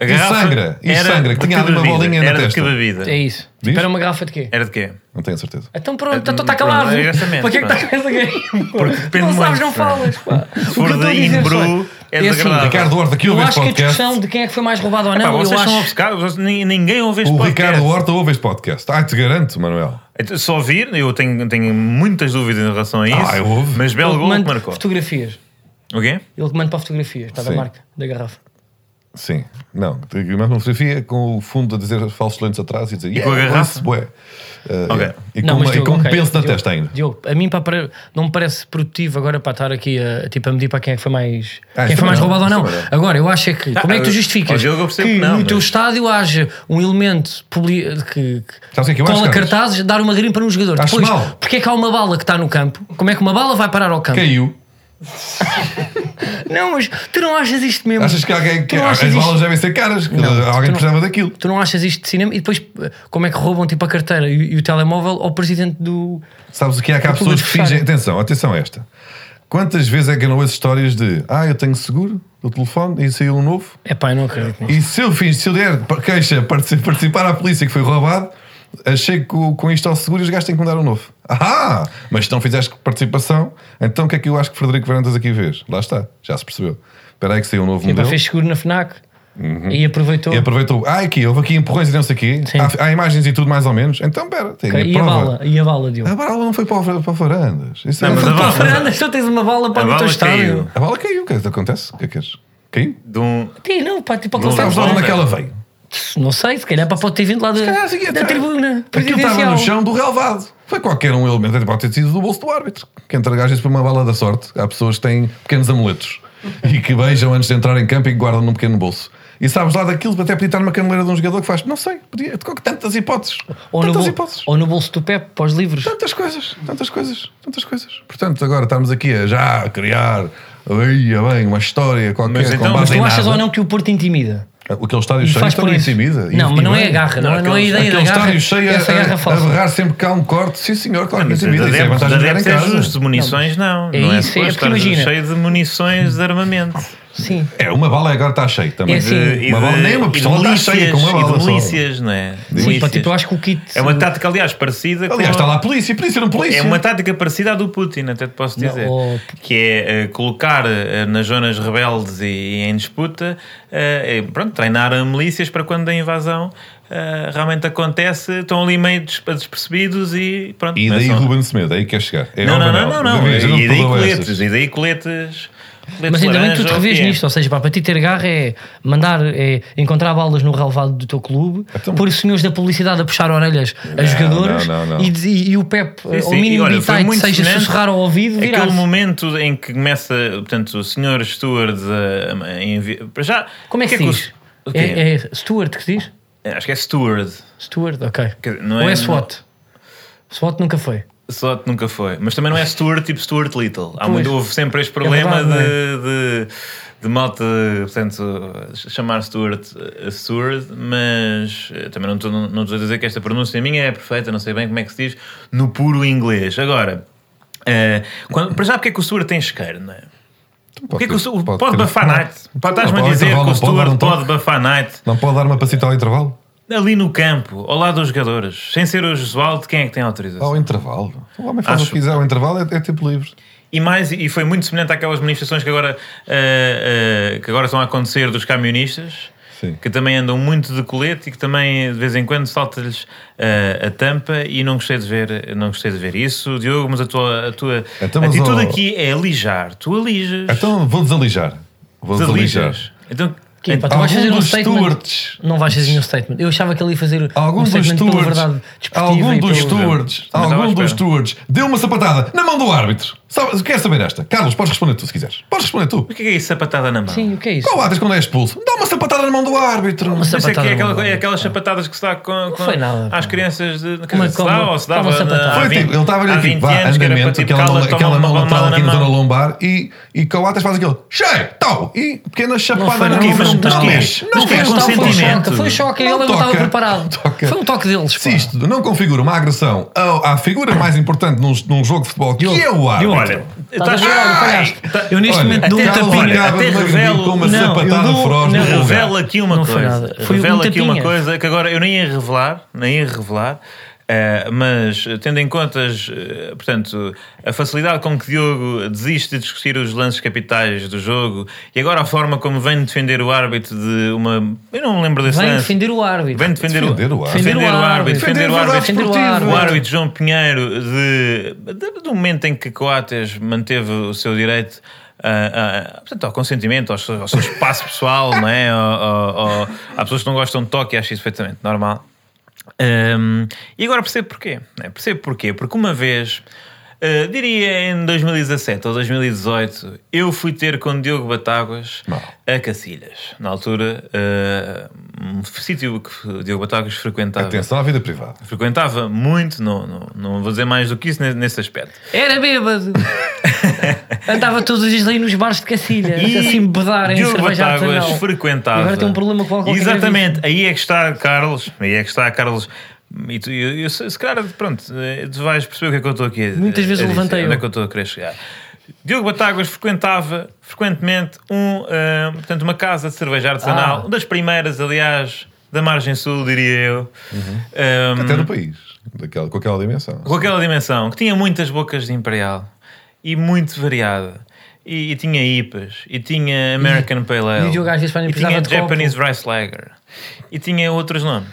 Speaker 3: A
Speaker 2: E
Speaker 3: garrafa
Speaker 2: sangra, e
Speaker 3: era
Speaker 2: sangra, que
Speaker 3: de
Speaker 2: tinha ali uma
Speaker 3: bebida?
Speaker 2: bolinha na
Speaker 3: Era de que
Speaker 2: testa.
Speaker 3: bebida?
Speaker 1: É isso.
Speaker 2: Diz?
Speaker 1: Era uma garrafa de quê?
Speaker 3: Era de quê?
Speaker 2: Não tenho a certeza.
Speaker 1: Então pronto, então
Speaker 3: Pronto,
Speaker 1: está calado.
Speaker 3: é exatamente,
Speaker 1: Para que é que
Speaker 3: pá.
Speaker 1: está com essa
Speaker 3: depende
Speaker 1: guerra? Não sabes,
Speaker 3: muito,
Speaker 1: não
Speaker 3: pá.
Speaker 1: falas. Pá. O que
Speaker 3: for
Speaker 1: eu estou a
Speaker 3: de
Speaker 1: dizer,
Speaker 3: Imbru,
Speaker 1: só-
Speaker 3: é
Speaker 1: assim,
Speaker 3: desagradável.
Speaker 2: Ricardo Horta, que
Speaker 1: Eu
Speaker 2: ouve este
Speaker 1: acho que a
Speaker 2: podcast.
Speaker 1: discussão de quem é que foi mais roubado ou
Speaker 3: Epá,
Speaker 1: não, eu
Speaker 3: vocês são
Speaker 1: acho.
Speaker 3: obcecados, vocês- ni- ninguém ouve este
Speaker 2: O
Speaker 3: podcast.
Speaker 2: Ricardo Horta ouve este podcast. Ah, te garanto, Manuel.
Speaker 3: Então, Só ouvir, eu tenho, tenho muitas dúvidas em relação a isso.
Speaker 2: Ah, eu ouve.
Speaker 3: Mas belo
Speaker 1: Ele
Speaker 3: gol que
Speaker 1: manda
Speaker 3: marcou.
Speaker 1: fotografias.
Speaker 3: O quê?
Speaker 1: Ele que manda para fotografias, está da
Speaker 2: Sim.
Speaker 1: marca, da garrafa.
Speaker 2: Sim. Não, tem aqui mais uma fotografia com o fundo a dizer falsos lentes atrás e dizer.
Speaker 3: com a
Speaker 2: "Yeah,
Speaker 3: garrafa?"
Speaker 2: lance, bué." Ah,
Speaker 3: Ok.
Speaker 2: yeah. E com, uma, e
Speaker 1: Diogo,
Speaker 2: com um
Speaker 1: ok,
Speaker 2: penso na
Speaker 1: Diogo,
Speaker 2: testa ainda.
Speaker 1: Diogo, a mim pá, para- não me parece produtivo agora para estar aqui a, tipo, a medir para quem é que foi mais,
Speaker 2: Ah,
Speaker 1: quem
Speaker 2: isso
Speaker 1: foi mais
Speaker 2: não,
Speaker 1: roubado ou
Speaker 2: isso
Speaker 1: não.
Speaker 2: não.
Speaker 1: Agora, eu acho é que. Como é que tu
Speaker 3: eu- ó,
Speaker 1: justificas
Speaker 3: Diogo, eu percebo
Speaker 1: que
Speaker 3: que não,
Speaker 1: no
Speaker 3: mas-
Speaker 1: teu estádio haja um elemento publi- que,
Speaker 2: Sabes o que é que eu acho,
Speaker 1: cola
Speaker 2: Carlos?
Speaker 1: cartazes, dar uma garimpa num jogador?
Speaker 2: Acho
Speaker 1: Depois,
Speaker 2: mal.
Speaker 1: porque é que há uma bala que está no campo? Como é que uma bala vai parar ao campo?
Speaker 2: Caiu.
Speaker 1: Não, mas tu não achas isto mesmo?
Speaker 2: Achas que alguém.
Speaker 1: Tu
Speaker 2: Que,
Speaker 1: não
Speaker 2: as
Speaker 1: achas isto-
Speaker 2: balas devem ser caras. que
Speaker 1: Não, tu
Speaker 2: alguém
Speaker 1: não-
Speaker 2: precisava daquilo.
Speaker 1: Tu não achas isto de cinema? E depois, eh, como é que roubam tipo a carteira e, e o telemóvel ao presidente do.
Speaker 2: Sabes o que é? Que há
Speaker 1: Eu estou
Speaker 2: pessoas que
Speaker 1: a
Speaker 2: fingem.
Speaker 1: gostar.
Speaker 2: Atenção, atenção a esta. Quantas vezes é que eu não ouço histórias de. Ah, eu tenho seguro do telefone e saiu um novo?
Speaker 1: É pá, eu não acredito nisso.
Speaker 2: E se eu fiz, se eu der pa- queixa, partici- participar à polícia que foi roubado, achei que co- com isto ao seguro e os gajos têm que mudar um novo. Ah, mas se não fizeste participação, então o que é que eu acho que Frederico Varandas aqui fez? Lá está, já se percebeu. Espera aí que saiu um novo
Speaker 1: Epá,
Speaker 2: modelo.
Speaker 1: fez seguro na FNAC. E aproveitou.
Speaker 2: Uhum. E aproveitou. Ah, aqui, houve aqui empurrões e não sei o quê.
Speaker 1: Sim.
Speaker 2: Há, há imagens e tudo mais ou menos. Então, pera, tem
Speaker 1: E a
Speaker 2: prova.
Speaker 1: bala, e a bala, Diogo.
Speaker 2: A bala não foi para o, para o Farandas. Isso
Speaker 3: Não,
Speaker 2: é-
Speaker 3: mas
Speaker 2: a...
Speaker 3: a bala-
Speaker 1: Fernandes, tu tens uma bala para
Speaker 3: A
Speaker 1: o teu
Speaker 3: bala
Speaker 1: estádio.
Speaker 3: caiu.
Speaker 2: bala caiu. O que é que acontece? O que é que queres? Caiu?
Speaker 3: De um...
Speaker 1: Sim, não, pá, tipo,
Speaker 3: Não
Speaker 2: Sabes
Speaker 1: acontece.
Speaker 2: lá
Speaker 3: bom,
Speaker 2: onde é que
Speaker 3: velho.
Speaker 2: ela veio?
Speaker 1: Não sei, se calhar para pode ter vindo lá da,
Speaker 2: calhar, assim,
Speaker 1: da
Speaker 2: atrás.
Speaker 1: tribuna
Speaker 2: Aquilo estava
Speaker 1: presidencial.
Speaker 2: no chão do relevado. Foi qualquer um elemento. Até Pode ter sido do bolso do árbitro. Que entregaste isso para uma bala da sorte. Há pessoas que têm pequenos amuletos e que beijam antes de entrar em campo e que guardam num pequeno bolso. E sabes lá daquilo, até podia estar numa caneleira de um jogador que faz, não sei, podia, de qualquer- tantas hipóteses.
Speaker 1: Ou no,
Speaker 2: tantas
Speaker 1: bol-
Speaker 2: hipóteses.
Speaker 1: ou no bolso do Pepe, para os livros.
Speaker 2: Tantas coisas, tantas coisas, tantas coisas. Portanto, agora estamos aqui a já criar ia bem, uma história qualquer
Speaker 3: Mas então,
Speaker 2: com
Speaker 1: Mas
Speaker 2: base
Speaker 1: tu
Speaker 2: em
Speaker 1: achas
Speaker 2: nada.
Speaker 1: ou não que o Porto intimida?
Speaker 2: O que ele está
Speaker 1: E
Speaker 2: cheio
Speaker 1: faz por
Speaker 2: também
Speaker 1: isso.
Speaker 2: intimida. E-
Speaker 1: Não, mas
Speaker 2: e
Speaker 1: não é
Speaker 2: bem.
Speaker 1: a garra, não,
Speaker 3: Não,
Speaker 1: é- não é a
Speaker 3: aquele-
Speaker 1: ideia da
Speaker 2: Aquele
Speaker 1: garra.
Speaker 2: estádio cheio
Speaker 1: essa
Speaker 2: a,
Speaker 1: garra
Speaker 2: a, a
Speaker 1: falsa.
Speaker 2: berrar sempre cá um corte, sim senhor, claro que
Speaker 3: Mas
Speaker 2: intimida. Isso é a
Speaker 3: adeptos,
Speaker 2: vantagem de jogar em
Speaker 3: adeptos é justo,
Speaker 2: casa.
Speaker 3: de munições não.
Speaker 1: É
Speaker 3: não
Speaker 1: isso, é
Speaker 3: suposto
Speaker 1: porque
Speaker 3: estar
Speaker 1: imagina-
Speaker 3: cheio de munições de armamento.
Speaker 1: Sim.
Speaker 2: É, uma bala agora está cheia também.
Speaker 1: É assim.
Speaker 3: De- e
Speaker 2: Uma bala-
Speaker 3: de-
Speaker 2: nem uma
Speaker 3: e de
Speaker 2: pistola está
Speaker 3: milícias,
Speaker 2: cheia com uma
Speaker 3: e de
Speaker 2: bala só.
Speaker 3: milícias, não é? De
Speaker 1: Sim, pá,
Speaker 3: milícias.
Speaker 1: tipo, eu acho que o kit.
Speaker 3: É uma tática, aliás, parecida com...
Speaker 2: Aliás, está lá a polícia, polícia não polícia.
Speaker 3: É uma tática parecida à do Putin, até te posso
Speaker 1: Não,
Speaker 3: dizer.
Speaker 1: oh,
Speaker 3: Que é eh, colocar eh, nas zonas rebeldes e, e em disputa, eh, eh, pronto, treinar milícias para quando a invasão eh, realmente acontece, estão ali meio des- despercebidos e pronto.
Speaker 2: E daí
Speaker 3: começam-
Speaker 2: Ruben Semedo, aí quer chegar. É
Speaker 3: não, não,
Speaker 2: Ruben,
Speaker 3: não, não, não.
Speaker 2: Ruben, eu
Speaker 3: E daí
Speaker 2: perdoo
Speaker 3: coletes,
Speaker 2: essas.
Speaker 3: e daí coletes. coletes
Speaker 1: Mas ainda bem que
Speaker 3: laranja,
Speaker 1: tu te
Speaker 3: ou o
Speaker 1: revês
Speaker 3: quê?
Speaker 1: nisto, ou seja, pá, para ti ter garra é mandar, é encontrar balas no relevado do teu clube,
Speaker 2: Então-
Speaker 1: pôr os senhores da publicidade a puxar orelhas a jogadores
Speaker 2: não, não, não.
Speaker 1: E, de- e- e o Pep,
Speaker 3: Sim,
Speaker 1: ao
Speaker 3: sim.
Speaker 1: mínimo
Speaker 3: E, olha,
Speaker 1: de
Speaker 3: foi
Speaker 1: tight,
Speaker 3: muito
Speaker 1: seja
Speaker 3: semelhante
Speaker 1: sussurrar ao ouvido, virar
Speaker 3: Aquele um momento em que começa, portanto, o senhor Stewart a, a envi- para já.
Speaker 1: Como é que,
Speaker 3: o
Speaker 1: se
Speaker 3: o-
Speaker 1: diz?
Speaker 3: o quê?
Speaker 1: É, é Stuart que se diz?
Speaker 3: Acho que é Stewart.
Speaker 1: Stuart, ok.
Speaker 3: Quer dizer, não
Speaker 1: Ou
Speaker 3: é-
Speaker 1: é SWAT? SWAT nunca foi.
Speaker 3: Slot nunca foi. Mas também não é Stuart tipo Stuart Little. Há
Speaker 1: Pois. É
Speaker 3: muito, houve sempre este problema
Speaker 1: verdade, não é?
Speaker 3: de, de, de malta, portanto, chamar Stuart a Stuart, mas eh, também não estou não estou a dizer que esta pronúncia minha é perfeita, não sei bem como é que se diz, no puro inglês. Agora, eh, quando- para já, porque é que o Stuart tem isqueiro, não é?
Speaker 2: Pode
Speaker 3: O que é que o
Speaker 2: ter-
Speaker 3: Stuart pode,
Speaker 2: ter-
Speaker 3: bafar
Speaker 2: Não.
Speaker 3: night? Pode estás-me a
Speaker 2: Pode
Speaker 3: dizer que
Speaker 2: intervalo,
Speaker 3: o
Speaker 2: pode dar um
Speaker 3: Stuart
Speaker 2: toque.
Speaker 3: pode bafar night?
Speaker 2: Não pode dar uma passita ao intervalo?
Speaker 3: Ali no campo, ao lado dos jogadores, sem ser o Josualdo, quem é que tem autorização?
Speaker 2: Ao intervalo. O homem faz o
Speaker 3: Acho.
Speaker 2: que quiser, ao intervalo é, é tempo livre.
Speaker 3: E mais, e foi muito semelhante àquelas manifestações que agora, eh, eh, que agora estão a acontecer dos camionistas,
Speaker 2: Sim.
Speaker 3: que também andam muito de colete e que também de vez em quando salta-lhes eh, a tampa e não gostei de ver, não gostei de ver isso, Diogo, mas a tua, a tua
Speaker 2: Então, mas,
Speaker 3: atitude
Speaker 2: ó-
Speaker 3: aqui é alijar, tu alijas,
Speaker 2: Então vou desalijar. Vou desalijar.
Speaker 3: Desalijas. Então,
Speaker 1: Que, pá, tu
Speaker 2: Alguns
Speaker 1: vais fazer um
Speaker 2: dos
Speaker 1: statement.
Speaker 2: Stuarts.
Speaker 1: Não vais fazer nenhum statement. Eu achava que ele ia fazer
Speaker 2: Algum
Speaker 1: um
Speaker 2: dos
Speaker 1: statement pela
Speaker 2: stewards,
Speaker 1: verdade desportiva
Speaker 2: algum
Speaker 1: e
Speaker 2: dos
Speaker 1: pelo-
Speaker 2: stewards,
Speaker 3: Mas estava à
Speaker 2: algum dos
Speaker 3: espera.
Speaker 2: stewards deu uma sapatada na mão do árbitro. Sabe, quer saber esta? Carlos, podes responder tu se quiseres. Podes responder tu.
Speaker 3: o que é que é isso, sapatada na mão?
Speaker 1: Sim, o que é isso?
Speaker 2: Qual árbitro quando é expulso? Dá uma sapatada na mão do árbitro.
Speaker 1: Uma
Speaker 3: Isso é, que
Speaker 1: Sapatada
Speaker 3: é,
Speaker 1: na
Speaker 3: aquela-
Speaker 1: mão.
Speaker 3: é aquelas sapatadas que se dá com, com
Speaker 1: foi nada,
Speaker 3: às
Speaker 1: pá.
Speaker 3: crianças de quer
Speaker 1: Uma-
Speaker 3: dizer, se
Speaker 1: como-
Speaker 3: dá ou se
Speaker 1: como
Speaker 3: dava
Speaker 1: uma sapatada.
Speaker 3: na,
Speaker 2: Foi
Speaker 3: há
Speaker 2: tipo, ele estava
Speaker 3: há
Speaker 2: ali tipo,
Speaker 3: 20
Speaker 2: vá,
Speaker 3: anos que era para
Speaker 2: andamento,
Speaker 3: tipo,
Speaker 2: aquela,
Speaker 3: cala,
Speaker 2: mão-
Speaker 3: toma
Speaker 2: aquela
Speaker 3: uma
Speaker 2: mão lateral
Speaker 3: palmada na
Speaker 2: aqui na zona
Speaker 3: mão.
Speaker 2: lombar e, e Coates faz aquilo, cheio, tal, e pequena chapada
Speaker 1: foi
Speaker 2: na
Speaker 1: nada,
Speaker 2: mão,
Speaker 3: mas
Speaker 2: não,
Speaker 3: tu
Speaker 2: não
Speaker 3: quê? Mas
Speaker 2: mexe,
Speaker 3: é
Speaker 2: não
Speaker 3: tu quê?
Speaker 1: foi, um choque, foi um
Speaker 2: mexe.
Speaker 1: choque,
Speaker 3: Consentimento.
Speaker 1: foi um choque, ele
Speaker 2: Não
Speaker 1: não estava
Speaker 2: toca,
Speaker 1: preparado.
Speaker 2: não toca.
Speaker 1: Foi um toque deles. pá.
Speaker 2: Se isto não configura uma agressão ao- à figura mais importante num, num jogo de futebol, que é o árbitro.
Speaker 3: Olha,
Speaker 1: Estás a ver, olha, falhaste.
Speaker 3: tá- Ai, tá-
Speaker 1: Eu neste
Speaker 2: Olha,
Speaker 1: momento dou um
Speaker 3: até
Speaker 1: tapinha.
Speaker 3: olha,
Speaker 2: Acaba
Speaker 3: até
Speaker 2: de magnífico
Speaker 3: revelo-
Speaker 2: com uma tá
Speaker 1: não,
Speaker 2: sapatada
Speaker 1: eu dou-
Speaker 2: feroz no
Speaker 1: não,
Speaker 2: lugar.
Speaker 3: Revela aqui uma
Speaker 1: Não foi
Speaker 3: coisa.
Speaker 1: nada. Foi
Speaker 3: revela
Speaker 1: um
Speaker 3: aqui uma
Speaker 1: tapinha.
Speaker 3: coisa que agora eu nem ia revelar, nem ia revelar. eh, mas eh, tendo em conta, as, eh, portanto, a facilidade com que Diogo desiste de discutir os lances capitais do jogo e agora a forma como vem defender o árbitro de uma. Eu não me lembro desse
Speaker 1: Vem
Speaker 3: lance.
Speaker 1: defender o árbitro.
Speaker 3: Vem defender,
Speaker 2: Defender
Speaker 3: o
Speaker 2: o árbitro.
Speaker 3: árbitro. Defender o árbitro.
Speaker 2: Defender
Speaker 3: Defender o
Speaker 2: a verdade
Speaker 3: árbitro.
Speaker 1: Defender o
Speaker 2: esportiva.
Speaker 3: O árbitro João Pinheiro, de, de- do momento em que Coates manteve o seu direito a- a- portanto, ao consentimento, ao seu, ao seu espaço pessoal, não é? Ao- ao- ao- há pessoas que não gostam de toque e acham isso perfeitamente normal. Hum, e agora percebo porquê. Né? Percebo porquê. Porque uma vez, eh, diria em 2017 ou 2018, eu fui ter com Diogo Batáguas
Speaker 2: Mal.
Speaker 3: a Cacilhas. Na altura, eh, um sítio que o Diogo Batáguas frequentava.
Speaker 2: Atenção à vida privada.
Speaker 3: Frequentava muito, não, não, não vou dizer mais do que isso ne- nesse aspecto.
Speaker 1: Era bêbado. Andava todos os dias aí nos bares de Cacilha. assim bedarem
Speaker 3: Diogo
Speaker 1: cerveja
Speaker 3: Batáguas
Speaker 1: artesanal.
Speaker 3: frequentava.
Speaker 1: Agora tem um problema com o álcool que
Speaker 3: Exatamente, aí é que está Carlos. Aí é que está Carlos. E tu, eu, eu, se se calhar, pronto, eh, tu vais perceber o que é que eu estou aqui a
Speaker 1: Muitas
Speaker 3: a-
Speaker 1: vezes
Speaker 3: a dizer,
Speaker 1: levantei
Speaker 3: Onde é
Speaker 1: eu.
Speaker 3: que eu estou a querer chegar? Diogo Batáguas frequentava frequentemente um, eh, portanto, uma casa de cerveja artesanal,
Speaker 1: Ah.
Speaker 3: das primeiras, aliás, da margem sul, diria eu.
Speaker 1: Uhum.
Speaker 3: Ehm,
Speaker 2: Até no país, daquela, com aquela dimensão.
Speaker 3: com aquela dimensão, que tinha muitas bocas de imperial e muito variada. E, e tinha IPAs, e tinha American Pale Ale,
Speaker 1: e o Diogo às vezes, quando
Speaker 3: e
Speaker 1: precisava
Speaker 3: tinha
Speaker 1: de copo.
Speaker 3: Japanese Rice Lager, e tinha outros nomes.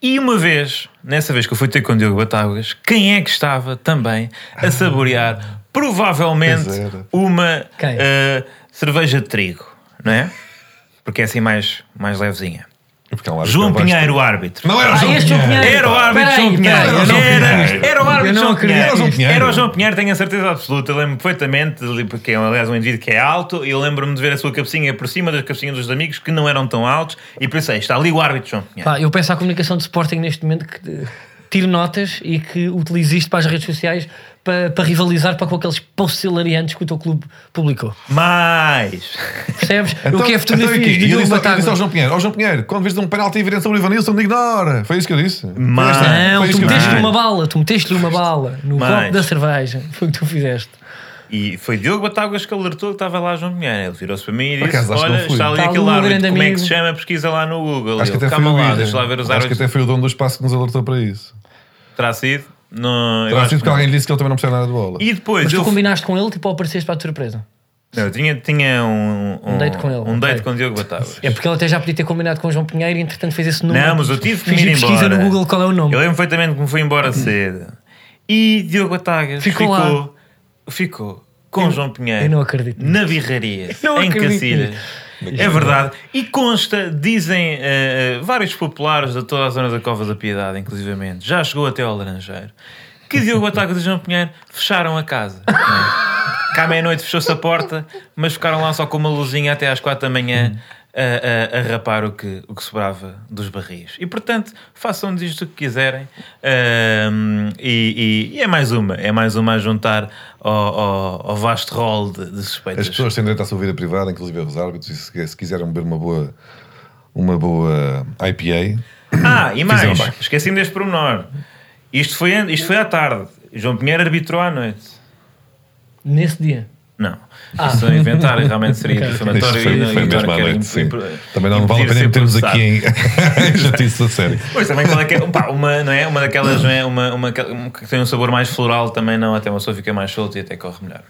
Speaker 3: E uma vez, nessa vez que eu fui ter com o Diogo Batáguas, quem é que estava também
Speaker 1: Ah.
Speaker 3: a saborear provavelmente
Speaker 2: Pois era.
Speaker 3: uma
Speaker 1: Quem?
Speaker 3: eh, cerveja de trigo, não é? Porque é assim mais, mais levezinha.
Speaker 2: Porque há um árbitro
Speaker 3: João
Speaker 2: que vai-
Speaker 3: Pinheiro, é o árbitro.
Speaker 2: Não era o
Speaker 1: Ah,
Speaker 2: João
Speaker 1: este João
Speaker 2: Pinheiro.
Speaker 1: Pinheiro.
Speaker 3: Era o árbitro João
Speaker 1: Peraí,
Speaker 3: Pinheiro.
Speaker 1: peraí, era o João
Speaker 3: Era,
Speaker 2: Pinheiro.
Speaker 3: era o
Speaker 1: Eu
Speaker 3: árbitro
Speaker 1: não
Speaker 3: João
Speaker 1: acredito.
Speaker 3: Pinheiro.
Speaker 2: Era o João Pinheiro.
Speaker 3: Era o João Pinheiro, tenho a certeza absoluta. Eu lembro perfeitamente, dele, porque é aliás um indivíduo que é alto. E eu lembro-me de ver a sua cabecinha por cima da cabecinha dos amigos que não eram tão altos. E pensei, está ali o árbitro João Pinheiro.
Speaker 1: Pá, eu peço à comunicação de Sporting neste momento que eh, tire notas e que utilize isto para as redes sociais para, para rivalizar para com aqueles posts hilariantes que o teu clube publicou.
Speaker 3: Mas.
Speaker 1: Percebes?
Speaker 2: Então-
Speaker 3: é
Speaker 1: eu quero
Speaker 2: então e
Speaker 1: fotografias
Speaker 2: quê?
Speaker 1: de
Speaker 2: E eu
Speaker 1: Diogo
Speaker 2: disse- eu disse ao
Speaker 1: Batáguas.
Speaker 2: João Pinheiro, ó João Pinheiro, quando vês de um penalti e virem sobre o Ivanilson, me ignora. Foi isso que eu disse.
Speaker 3: Mas-
Speaker 2: Foi isso-
Speaker 1: Não,
Speaker 2: foi isso
Speaker 1: tu
Speaker 2: que eu
Speaker 1: meteste-lhe
Speaker 2: disse.
Speaker 1: uma bala, tu meteste-lhe uma bala no
Speaker 3: Mais.
Speaker 1: copo da cerveja. Foi o que tu fizeste.
Speaker 3: E foi Diogo Batáguas que alertou que estava lá João Pinheiro. Ele virou-se para mim e disse:
Speaker 2: acaso, acho que
Speaker 3: Olha,
Speaker 2: não fui.
Speaker 3: está ali
Speaker 1: Está
Speaker 3: aquele
Speaker 1: ali um
Speaker 3: árbitro,
Speaker 1: grande
Speaker 3: como é que
Speaker 1: amigo.
Speaker 3: se chama? Pesquisa lá no Google.
Speaker 2: Acho que
Speaker 3: Ele,
Speaker 2: até foi
Speaker 3: Calma
Speaker 2: o
Speaker 3: lá,
Speaker 2: Ida.
Speaker 3: deixa lá ver os
Speaker 2: Acho que
Speaker 3: árbitros.
Speaker 2: até foi o dono do espaço que nos alertou para isso.
Speaker 3: Terá sido? Não, eu
Speaker 2: Terá
Speaker 3: acho
Speaker 2: sido
Speaker 3: que
Speaker 2: porque
Speaker 3: não.
Speaker 2: alguém lhe disse que ele também não percebe nada de bola.
Speaker 3: E depois.
Speaker 1: Mas tu
Speaker 3: eu
Speaker 1: combinaste com ele, tipo, ou apareceste para a tua surpresa.
Speaker 3: Não, eu tinha, tinha um,
Speaker 1: Um date com ele,
Speaker 3: Um date
Speaker 1: ok.
Speaker 3: com o Diogo Batáguas.
Speaker 1: É porque ele até já podia ter combinado com o João Pinheiro e entretanto fez esse número.
Speaker 3: Não, mas eu tive que me
Speaker 1: é? Fiz
Speaker 3: ir
Speaker 1: pesquisa
Speaker 3: embora.
Speaker 1: no Google qual é o nome.
Speaker 3: Eu lembro perfeitamente que me fui embora cedo. E Diogo Batáguas
Speaker 1: Ficou
Speaker 3: ficou,
Speaker 1: lá.
Speaker 3: ficou, com João Pinheiro.
Speaker 1: eu não acredito
Speaker 3: Na birraria,
Speaker 1: Eu não
Speaker 3: em
Speaker 1: acredito
Speaker 3: Cacilhas. É verdade. E consta, dizem eh, eh, vários populares de toda a zona da Cova da Piedade, inclusivamente, já chegou até ao Laranjeiro, que Diogo Batáguas e João Pinheiro fecharam a casa. não é? Cá à meia-noite fechou-se a porta, mas ficaram lá só com uma luzinha até às quatro da manhã
Speaker 2: Hum.
Speaker 3: a, a- a rapar o que, o que sobrava dos barris. E portanto, façam disto o que quiserem. Ahm, e, e- e é mais uma, é mais uma a juntar ao, ao- ao vasto rol de, de suspeitas.
Speaker 2: As pessoas têm direito à sua vida privada, inclusive os árbitros, e se, se quiserem beber uma boa, uma boa IPA,
Speaker 3: Ah, e mais,
Speaker 2: Fizeram bem.
Speaker 3: esqueci-me deste pormenor. Isto foi, an- isto foi à tarde. João Pinheiro arbitrou à noite.
Speaker 1: Nesse dia.
Speaker 3: Não, isso é inventar e realmente seria
Speaker 1: Ok.
Speaker 3: difamatório.
Speaker 2: Isto Ah. foi,
Speaker 3: e não-
Speaker 2: foi
Speaker 3: e não
Speaker 2: mesmo à
Speaker 3: quero
Speaker 2: noite,
Speaker 3: imp-
Speaker 2: sim.
Speaker 3: imp-
Speaker 2: Também não vale a
Speaker 3: impedir
Speaker 2: pena
Speaker 3: ser
Speaker 2: metermos
Speaker 3: processado.
Speaker 2: aqui em justiça a sério.
Speaker 3: Pois também qual é que é, pá, uma, não é? uma daquelas, não é? Uma, uma, que- uma que tem um sabor mais floral também, não, até uma pessoa fica mais solta e até corre melhor.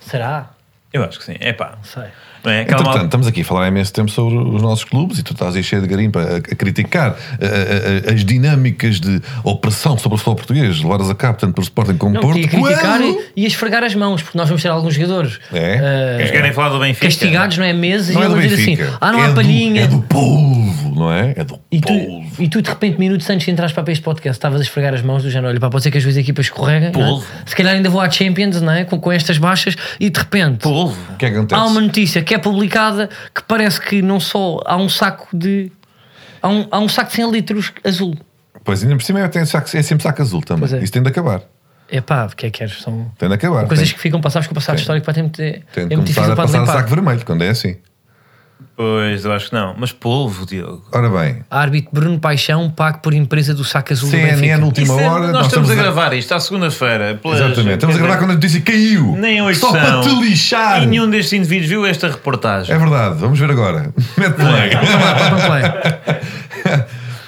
Speaker 1: Será?
Speaker 3: Eu acho que sim, é pá.
Speaker 1: Não sei.
Speaker 3: Não é? Aquela
Speaker 2: Entretanto,
Speaker 3: malta-
Speaker 2: estamos aqui a falar há imenso tempo sobre os nossos clubes e tu estás aí cheio de garimpa a, a criticar a- a- a- as dinâmicas de opressão sobre o futebol português, levadas a cabo tanto pelo Sporting como
Speaker 1: Não,
Speaker 2: Porto.
Speaker 1: e criticar
Speaker 2: quando-
Speaker 1: e, e a esfregar as mãos, porque nós vamos ter alguns jogadores
Speaker 2: É.
Speaker 1: eh,
Speaker 3: Eles querem falar do Benfica.
Speaker 1: castigados, não é? Meses
Speaker 2: Não
Speaker 1: e
Speaker 2: é do
Speaker 1: eles dizer
Speaker 2: Benfica.
Speaker 1: assim: ah, não
Speaker 2: é
Speaker 1: há
Speaker 2: do-
Speaker 1: palhinha.
Speaker 2: É do povo, não é? É do
Speaker 1: E tu,
Speaker 2: povo.
Speaker 1: e tu, de repente, minutos antes de entrares para este podcast, estavas a esfregar as mãos do género, olha, pá, pode ser que as duas equipas escorreguem. não é?
Speaker 3: Polvo.
Speaker 1: Se calhar ainda vou à Champions, não é? Com, com estas baixas, e de repente
Speaker 3: Polvo.
Speaker 2: O que é que acontece?
Speaker 1: há uma notícia que é publicada que parece que não só há um saco de. Há um, há um saco de 100 litros azul.
Speaker 2: Pois ainda por cima é, tem saco- é sempre saco azul também.
Speaker 1: Pois é.
Speaker 2: Isso tem de acabar.
Speaker 1: É pá, o que é que queres? São
Speaker 2: Tem de acabar.
Speaker 1: coisas
Speaker 2: tem,
Speaker 1: que ficam passadas com o passado histórico, pá, tem muito, é,
Speaker 2: tem de
Speaker 1: é muito
Speaker 2: começar
Speaker 1: difícil
Speaker 2: a
Speaker 1: para de
Speaker 2: passar a saco
Speaker 1: limpar.
Speaker 2: vermelho quando é assim.
Speaker 3: Pois, eu acho que não. Mas polvo, Diogo.
Speaker 2: Ora bem,
Speaker 1: Árbitro Bruno Paixão pago por empresa do saco azul do Benfica.
Speaker 2: CNN última
Speaker 3: Isso é-
Speaker 2: hora.
Speaker 3: nós, estamos a
Speaker 2: gravar.
Speaker 3: gravar isto à segunda-feira. pelas-
Speaker 2: Exatamente. Estamos a gravar quando a notícia caiu.
Speaker 3: Nem hoje
Speaker 2: Só
Speaker 3: são.
Speaker 2: para te lixar.
Speaker 3: E nenhum destes indivíduos viu esta reportagem.
Speaker 2: É verdade. Vamos ver agora.
Speaker 3: é?
Speaker 2: Mete play.
Speaker 1: Tipo, Play.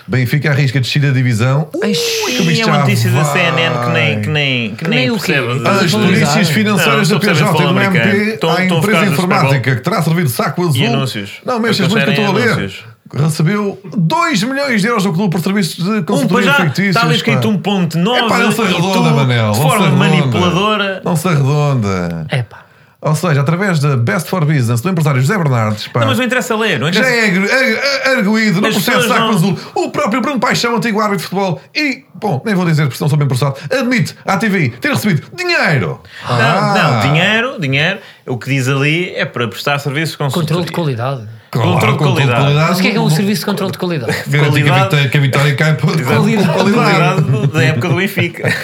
Speaker 2: Benfica arrisca a descer da divisão.
Speaker 1: Ai,
Speaker 2: que o bicho
Speaker 3: E é
Speaker 2: já
Speaker 3: uma notícia da
Speaker 2: vai.
Speaker 3: CNN que nem, que nem, que
Speaker 1: Que
Speaker 3: nem
Speaker 1: nem o quê?
Speaker 3: percebe. de-
Speaker 1: Ah,
Speaker 2: As
Speaker 1: Desvalorizar.
Speaker 2: polícias financeiras
Speaker 3: Não,
Speaker 2: da um
Speaker 3: estou a perceber
Speaker 2: PJ e do
Speaker 3: futebol
Speaker 2: MP
Speaker 3: americano. Estão-
Speaker 2: à
Speaker 3: estão
Speaker 2: empresa
Speaker 3: focados no Super Bowl.
Speaker 2: informática que terá servido de saco azul.
Speaker 3: E anúncios.
Speaker 2: Não, mexas
Speaker 3: Eles
Speaker 2: muito que eu estou a ler.
Speaker 3: querem anúncios.
Speaker 2: Recebeu 2 milhões de euros do clube por serviços de
Speaker 3: Um para
Speaker 2: consultoria
Speaker 3: já
Speaker 2: fictícios.
Speaker 3: está ali escrito
Speaker 2: pá.
Speaker 3: um ponto 9
Speaker 2: É pá, não se
Speaker 3: e
Speaker 2: arredonda,
Speaker 3: tu,
Speaker 2: Manel.
Speaker 3: de
Speaker 2: não se
Speaker 3: forma
Speaker 2: arredonda.
Speaker 3: manipuladora.
Speaker 2: Não se arredonda.
Speaker 1: É pá.
Speaker 2: Ou seja, através da Best for Business do empresário José Bernardes, pá,
Speaker 3: Não, mas não interessa ler, não
Speaker 2: é. já
Speaker 3: interessa.
Speaker 2: é argu- ar- ar- arguído no
Speaker 3: As
Speaker 2: processo
Speaker 3: pessoas
Speaker 2: de saco
Speaker 3: não-
Speaker 2: azul. O próprio Bruno Paixão, antigo árbitro de futebol, e, bom, nem vou dizer porque não sou bem processado, admite à TV ter recebido dinheiro. Ah,
Speaker 3: Não, não, dinheiro, dinheiro. O que diz ali é para prestar serviços de
Speaker 1: Controle de
Speaker 3: consultoria.
Speaker 1: qualidade.
Speaker 3: Controle de qualidade.
Speaker 1: Mas o que é que é um serviço de controle de qualidade?
Speaker 2: Garantir que a
Speaker 3: Qualidade.
Speaker 2: vitória, que a vitória cai por por
Speaker 1: Qualidade.
Speaker 2: qualidade.
Speaker 3: Qualidade da época do Benfica.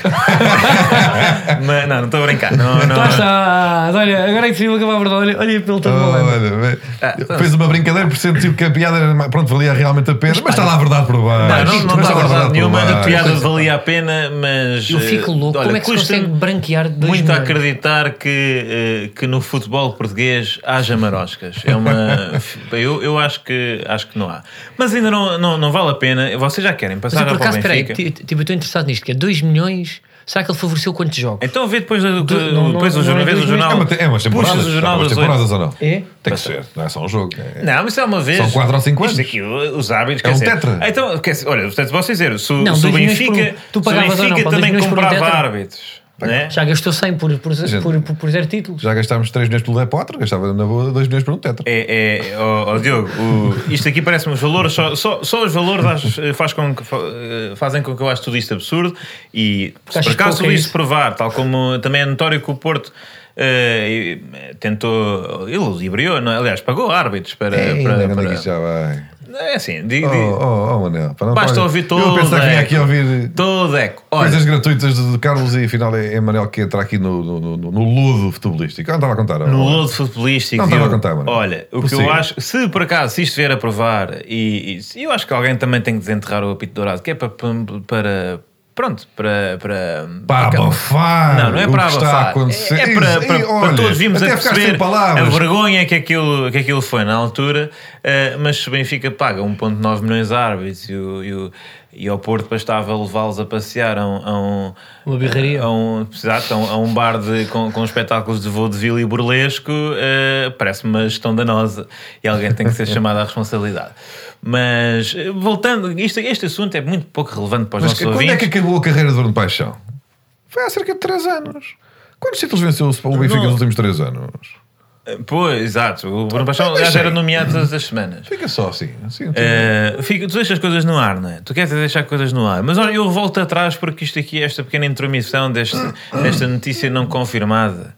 Speaker 3: Mas, não, não estou a brincar. Não, não,
Speaker 1: Então Lá
Speaker 3: não.
Speaker 1: está. Olha, agora é que se viu acabar a verdade. Olha, olha pelo
Speaker 2: Oh,
Speaker 1: tabuleiro.
Speaker 2: olha, bem,
Speaker 3: Ah, então-
Speaker 2: fez uma brincadeira por sentir que a piada era ma- pronto, valia realmente a pena, mas, está lá a verdade por
Speaker 3: Não,
Speaker 2: baixo.
Speaker 3: não, não
Speaker 2: Mas
Speaker 3: está
Speaker 2: lá
Speaker 3: a verdade
Speaker 2: por
Speaker 3: nenhuma, a
Speaker 2: baixo.
Speaker 3: piada valia a pena, mas.
Speaker 1: Eu fico
Speaker 3: eh,
Speaker 1: louco.
Speaker 3: olha,
Speaker 1: Como é que se
Speaker 3: custa-me
Speaker 1: consegue branquear dois
Speaker 3: Muito a
Speaker 1: milhões?
Speaker 3: acreditar que, eh, que no futebol português haja maroscas. É uma. eu eu acho, que, acho que não há. Mas ainda não, não, não vale a pena. Vocês já querem
Speaker 1: Mas
Speaker 3: passar
Speaker 1: eu por
Speaker 3: para o
Speaker 1: acaso, peraí,
Speaker 3: Benfica?
Speaker 1: ti- tipo, eu estou interessado nisto, que é 2 milhões Será que ele favoreceu quantos jogos?
Speaker 3: Então vê depois, do- do-
Speaker 1: não-
Speaker 3: depois
Speaker 1: não- não
Speaker 3: o jornal,
Speaker 1: é
Speaker 3: vês o
Speaker 1: dois
Speaker 3: jornal.
Speaker 2: É uma, te- é umas
Speaker 3: puxas
Speaker 2: temporadas.
Speaker 3: o
Speaker 2: É
Speaker 3: jornal
Speaker 2: umas
Speaker 3: das
Speaker 2: temporadas ou não?
Speaker 1: É?
Speaker 2: Tem que ser, não é só um jogo. é-
Speaker 3: Não, mas é uma vez.
Speaker 2: São quatro ou cinco
Speaker 3: Isto
Speaker 2: anos.
Speaker 3: aqui, o- os árbitros. quer
Speaker 2: um
Speaker 3: dizer,
Speaker 2: tetra.
Speaker 3: Então, quer dizer, olha, portanto, posso dizer, se, o-
Speaker 1: É Não,
Speaker 3: se o
Speaker 1: dois milhões por um.
Speaker 3: Benfica,
Speaker 1: Tu
Speaker 3: se o
Speaker 1: pagavas ou não?
Speaker 3: Benfica
Speaker 1: Pá, dois
Speaker 3: também
Speaker 1: milhões por um
Speaker 3: comprava
Speaker 1: tetra.
Speaker 3: árbitros. Né?
Speaker 1: Já gastou 100 por, por,
Speaker 3: é.
Speaker 2: Gente.
Speaker 1: por, por, por zero títulos.
Speaker 2: Já gastámos 3 milhões pelo Depótero, gastava na boa 2 milhões por um tetra.
Speaker 3: É, é, ó- ó, Diogo, o- isto aqui parece-me os valores, só, só, só os valores acho, faz com que fa- eh, fazem com que eu ache tudo isto absurdo e se por
Speaker 1: achas
Speaker 3: acaso
Speaker 1: pouco
Speaker 3: tudo
Speaker 1: é
Speaker 3: isto
Speaker 1: isso?
Speaker 3: provar, tal como também é notório que o Porto eh, tentou, iludibriou, não é? aliás, pagou árbitros para.
Speaker 2: É,
Speaker 3: para-
Speaker 2: ainda
Speaker 3: para-
Speaker 2: que isto já vai.
Speaker 3: É assim, di- di-
Speaker 2: Oh, oh, oh, Manel. pá, não
Speaker 3: Basta
Speaker 2: paga.
Speaker 3: ouvir
Speaker 2: Eu
Speaker 3: todo,
Speaker 2: pensava que vinha
Speaker 3: é.
Speaker 2: aqui ouvir
Speaker 3: todo eco. Olha,
Speaker 2: coisas gratuitas do do Carlos e afinal é, é Manel que entra aqui no, no, no, no lodo futebolístico. Ah, não estava a contar.
Speaker 3: No
Speaker 2: oh.
Speaker 3: lodo um futebolístico.
Speaker 2: Não estava
Speaker 3: Diogo.
Speaker 2: a contar, mano.
Speaker 3: Olha, o que
Speaker 2: Prossiga.
Speaker 3: eu acho, se por acaso se isto vier a provar, e, e se- eu acho que alguém também tem que desenterrar o apito dourado, que é para. para pronto, para. para um
Speaker 2: Para
Speaker 3: para-
Speaker 2: abafar
Speaker 3: Não, não é
Speaker 2: o
Speaker 3: para
Speaker 2: que está a
Speaker 3: abafar.
Speaker 2: acontecer.
Speaker 3: É, é para,
Speaker 2: Isso,
Speaker 3: para-
Speaker 2: e,
Speaker 3: para
Speaker 2: olha,
Speaker 3: todos vimos a
Speaker 2: até ficaste sem
Speaker 3: perceber a é
Speaker 2: palavras.
Speaker 3: vergonha que aquilo, que aquilo foi na altura. eh, mas se o Benfica paga 1,9 milhões de árbitros e, o, e, o, e ao Porto bastava levá-los a passear a um. A um
Speaker 1: Uma birraria.
Speaker 3: A um, exato, a um, a um bar de- com, com espetáculos de vaudeville e burlesco, eh, parece-me uma gestão danosa e alguém tem que ser chamado à responsabilidade. Mas eh, voltando, isto, este assunto é muito pouco relevante para os
Speaker 2: Mas que-
Speaker 3: nossos
Speaker 2: quando
Speaker 3: ouvintes.
Speaker 2: é que acabou a carreira de Bruno Paixão? Foi há cerca de 3 anos. Quantos títulos venceu o o Benfica
Speaker 3: Não.
Speaker 2: nos últimos 3 anos?
Speaker 3: Pois, exato. O Bruno Paixão
Speaker 2: Mas
Speaker 3: aliás,
Speaker 2: deixa
Speaker 3: era
Speaker 2: aí.
Speaker 3: nomeado todas as semanas.
Speaker 2: Fica só assim. assim
Speaker 3: Eh, fica, tu deixas coisas no ar, não é? Tu queres é deixar coisas no ar. Mas olha, eu volto atrás porque isto aqui, esta pequena intromissão deste, desta notícia não confirmada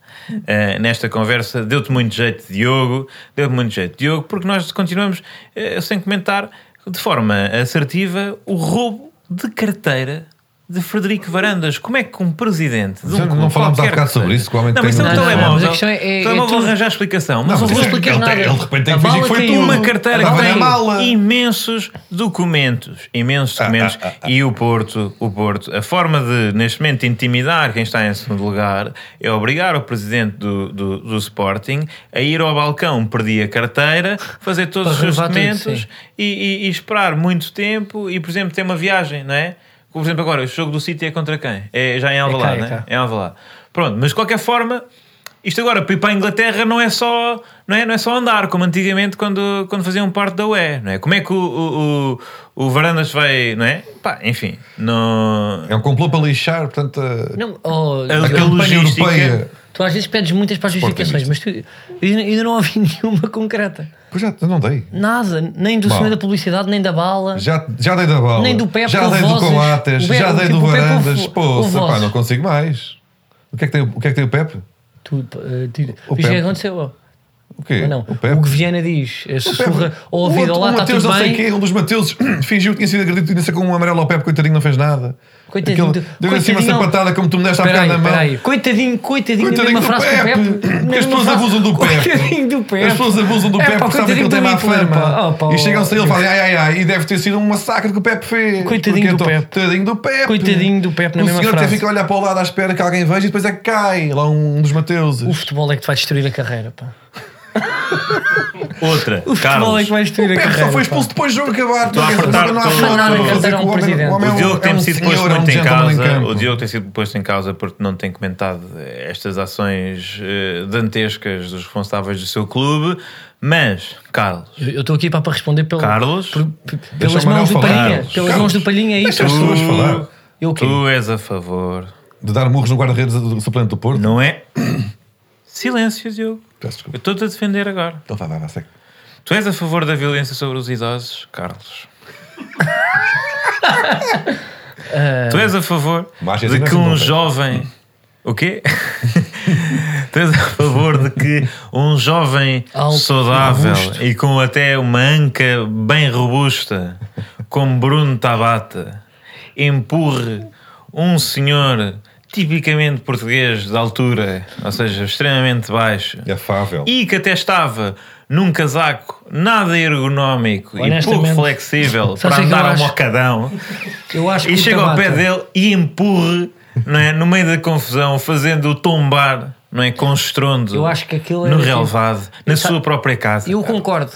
Speaker 3: eh, nesta conversa, deu-te muito jeito, Diogo. Deu-te muito jeito, Diogo, porque nós continuamos eh, sem comentar de forma assertiva o roubo de carteira. De Frederico Varandas, como é que um presidente. De um
Speaker 2: Já não
Speaker 3: clube
Speaker 2: falámos há
Speaker 3: qualquer
Speaker 2: bocado
Speaker 3: que
Speaker 2: sobre
Speaker 3: seja-
Speaker 2: isso, que o homem
Speaker 3: Não,
Speaker 2: tem
Speaker 3: mas isso é
Speaker 2: um-
Speaker 3: um
Speaker 2: Não, não,
Speaker 3: telemóvel.
Speaker 1: mas a questão é- é-
Speaker 3: Então eu
Speaker 1: é
Speaker 3: vou
Speaker 1: tudo-
Speaker 3: arranjar a explicação. Mas
Speaker 2: Não,
Speaker 3: o
Speaker 2: mas
Speaker 1: vou
Speaker 3: roubo
Speaker 2: isso é-
Speaker 1: explicar
Speaker 2: ele
Speaker 1: nada.
Speaker 2: tem- Ele de repente tem
Speaker 1: A
Speaker 2: que fingir
Speaker 1: bala
Speaker 2: que foi
Speaker 1: caiu.
Speaker 2: tudo.
Speaker 3: uma carteira
Speaker 2: Estava
Speaker 3: que
Speaker 2: na
Speaker 3: tem
Speaker 2: mala.
Speaker 3: imensos documentos, imensos
Speaker 1: Ah,
Speaker 3: documentos. E o Porto, o Porto, a forma de neste momento intimidar quem está em segundo lugar é obrigar o presidente do, do, do Sporting a ir ao balcão, perder a carteira, fazer todos os
Speaker 1: Para
Speaker 3: seus
Speaker 1: renovar tudo,
Speaker 3: documentos
Speaker 1: sim.
Speaker 3: e, e- e esperar muito tempo e, por exemplo, ter uma viagem, não é? Por exemplo, agora, o jogo do City é contra quem? É já em
Speaker 1: cá,
Speaker 3: Alvalade,
Speaker 1: é
Speaker 3: não é?
Speaker 1: cá.
Speaker 3: É Alvalade. Pronto, mas de qualquer forma, isto agora para ir para a Inglaterra não é só, não é, não é só andar, como antigamente quando, quando faziam parte da UE, não é? Como é que o, o, o, o Varandas vai, não é? Pá, enfim, não...
Speaker 2: É um complô para lixar, portanto, a,
Speaker 1: Não, oh,
Speaker 3: A
Speaker 2: a
Speaker 1: Diogo,
Speaker 2: campanha
Speaker 3: logística-
Speaker 2: europeia.
Speaker 1: tu às vezes pedes muitas para as
Speaker 3: é
Speaker 1: justificações, mas tu, eu ainda- ainda não ouvi nenhuma concreta.
Speaker 2: Pois já, não dei.
Speaker 1: Nada, nem do
Speaker 2: Bom.
Speaker 1: senhor da publicidade, nem da bala.
Speaker 2: Já, já dei da bola.
Speaker 1: Nem do Pepe,
Speaker 2: Já
Speaker 1: o
Speaker 2: dei do
Speaker 1: Vozes,
Speaker 2: Coates,
Speaker 1: o Pepe,
Speaker 2: já dei
Speaker 1: tipo,
Speaker 2: do
Speaker 1: o Pepe, o
Speaker 2: Varandas.
Speaker 1: Vo- o
Speaker 2: Poça, pá,
Speaker 1: Vozes.
Speaker 2: não consigo mais. O que é que tem o, que é que tem o Pepe?
Speaker 1: Tu, eh, tu-
Speaker 2: O
Speaker 1: viste o que
Speaker 2: Pepe.
Speaker 1: aconteceu? ó?
Speaker 2: O quê?
Speaker 1: Mas não,
Speaker 2: o Pepe?
Speaker 1: o que Viana diz, eh, sussurra ao
Speaker 2: O
Speaker 1: ouvido,
Speaker 2: outro-
Speaker 1: olá,
Speaker 2: o
Speaker 1: está
Speaker 2: Mateus,
Speaker 1: tá tudo
Speaker 2: não sei
Speaker 1: bem.
Speaker 2: quê, um dos Mateus fingiu que tinha sido agredido e sacou um amarelo ao Pepe, coitadinho, não fez nada.
Speaker 1: Coitadinho
Speaker 2: Aquele-
Speaker 1: do-
Speaker 2: Deu-lhe assim uma
Speaker 1: coitadinho, não.
Speaker 2: sapatada como tu me deste há
Speaker 1: Espera
Speaker 2: bocado na
Speaker 1: aí,
Speaker 2: mão.
Speaker 1: espera aí. Coitadinho, coitadinho,
Speaker 2: Coitadinho
Speaker 1: coitadinho
Speaker 2: do
Speaker 1: mesma frase que o
Speaker 2: Pepe,
Speaker 1: Pepe.
Speaker 2: que as
Speaker 1: Na mesma
Speaker 2: pessoas
Speaker 1: frase.
Speaker 2: abusam do Pepe.
Speaker 1: Coitadinho do Pepe.
Speaker 2: As pessoas abusam do
Speaker 1: É,
Speaker 2: Pepe
Speaker 1: pá,
Speaker 2: porque sabem que ele
Speaker 1: coitadinho do
Speaker 2: tem má
Speaker 1: Hitler, pá.
Speaker 2: fama.
Speaker 1: Oh, pá,
Speaker 2: E chegam-se a ele e
Speaker 1: oh,
Speaker 2: falam, ai, ai, ai, e deve ter sido um massacre que o Pepe fez.
Speaker 1: Coitadinho
Speaker 2: Porque
Speaker 1: do
Speaker 2: então,
Speaker 1: Pepe.
Speaker 2: Coitadinho do Pepe.
Speaker 1: Coitadinho do Pepe, na
Speaker 2: o
Speaker 1: mesma
Speaker 2: senhor até
Speaker 1: frase.
Speaker 2: fica a olhar para o lado à espera que alguém veja e depois é que cai lá um dos Mateuses.
Speaker 1: O futebol é que te vai destruir a carreira, pá.
Speaker 3: Outra,
Speaker 1: O futebol é
Speaker 3: Carlos,
Speaker 1: que vai destruir a
Speaker 2: Pepe
Speaker 1: carreira.
Speaker 2: só
Speaker 1: pá.
Speaker 2: foi expulso depois do jogo acabar.
Speaker 3: Estou a apertar
Speaker 2: não há
Speaker 3: todo-
Speaker 2: nada
Speaker 3: Não há nada
Speaker 2: a
Speaker 3: a
Speaker 1: cantar
Speaker 2: fazer com
Speaker 1: a um
Speaker 2: homem-
Speaker 1: presidente.
Speaker 2: homem é
Speaker 3: o
Speaker 2: um-
Speaker 3: Diogo
Speaker 2: é
Speaker 3: tem
Speaker 2: um
Speaker 3: sido
Speaker 2: senhor,
Speaker 3: posto
Speaker 2: é um
Speaker 3: muito em
Speaker 2: gentleman
Speaker 3: causa.
Speaker 2: campo.
Speaker 3: o Diogo tem sido posto em causa porque não tem comentado eh, estas ações eh, dantescas dos responsáveis do seu clube. Mas, Carlos,
Speaker 1: Eu eu estou aqui pá, para responder pelo,
Speaker 3: Carlos?
Speaker 1: por- p-
Speaker 2: Deixa
Speaker 1: pelas
Speaker 2: o Manuel
Speaker 1: mãos do
Speaker 2: falar.
Speaker 1: Palhinha.
Speaker 2: Carlos,
Speaker 1: Pelas
Speaker 2: Carlos.
Speaker 1: mãos do Palhinha é isso.
Speaker 2: Deixa as pessoas
Speaker 3: Tu-
Speaker 2: falar.
Speaker 1: Eu o quê?
Speaker 3: tu és a favor
Speaker 2: De dar murros no guarda-redes do suplente do Porto?
Speaker 3: Não é? Silêncio, Diogo.
Speaker 2: Peço
Speaker 3: Eu
Speaker 2: desculpa.
Speaker 3: estou-te a defender agora.
Speaker 2: Então vai, vai, vai, segue.
Speaker 3: Tu és a favor da violência sobre os idosos, Carlos? tu és a favor
Speaker 2: Mas
Speaker 3: de
Speaker 2: assim
Speaker 3: que
Speaker 2: não se
Speaker 3: um
Speaker 2: nota.
Speaker 3: jovem... O quê? tu és a favor de que um jovem
Speaker 1: Alto,
Speaker 3: saudável
Speaker 1: robusto.
Speaker 3: e com até uma anca bem robusta, como Bruno Tabata, empurre um senhor tipicamente português de altura, ou seja, extremamente baixo,
Speaker 2: É fável.
Speaker 3: e que até estava num casaco nada ergonómico e pouco
Speaker 1: Honestamente.
Speaker 3: flexível
Speaker 1: Sabes
Speaker 3: para
Speaker 1: o que é que eu
Speaker 3: andar ao
Speaker 1: acho?
Speaker 3: mocadão
Speaker 1: Eu acho que
Speaker 3: e
Speaker 1: o
Speaker 3: chega ao
Speaker 1: Tabata-
Speaker 3: pé dele e empurre não é, no meio da confusão, fazendo-o tombar não é, com estrondo
Speaker 1: Eu acho que aquilo era
Speaker 3: no
Speaker 1: tipo-
Speaker 3: relevado, na
Speaker 1: Eu sa-
Speaker 3: sua própria casa.
Speaker 1: Eu concordo.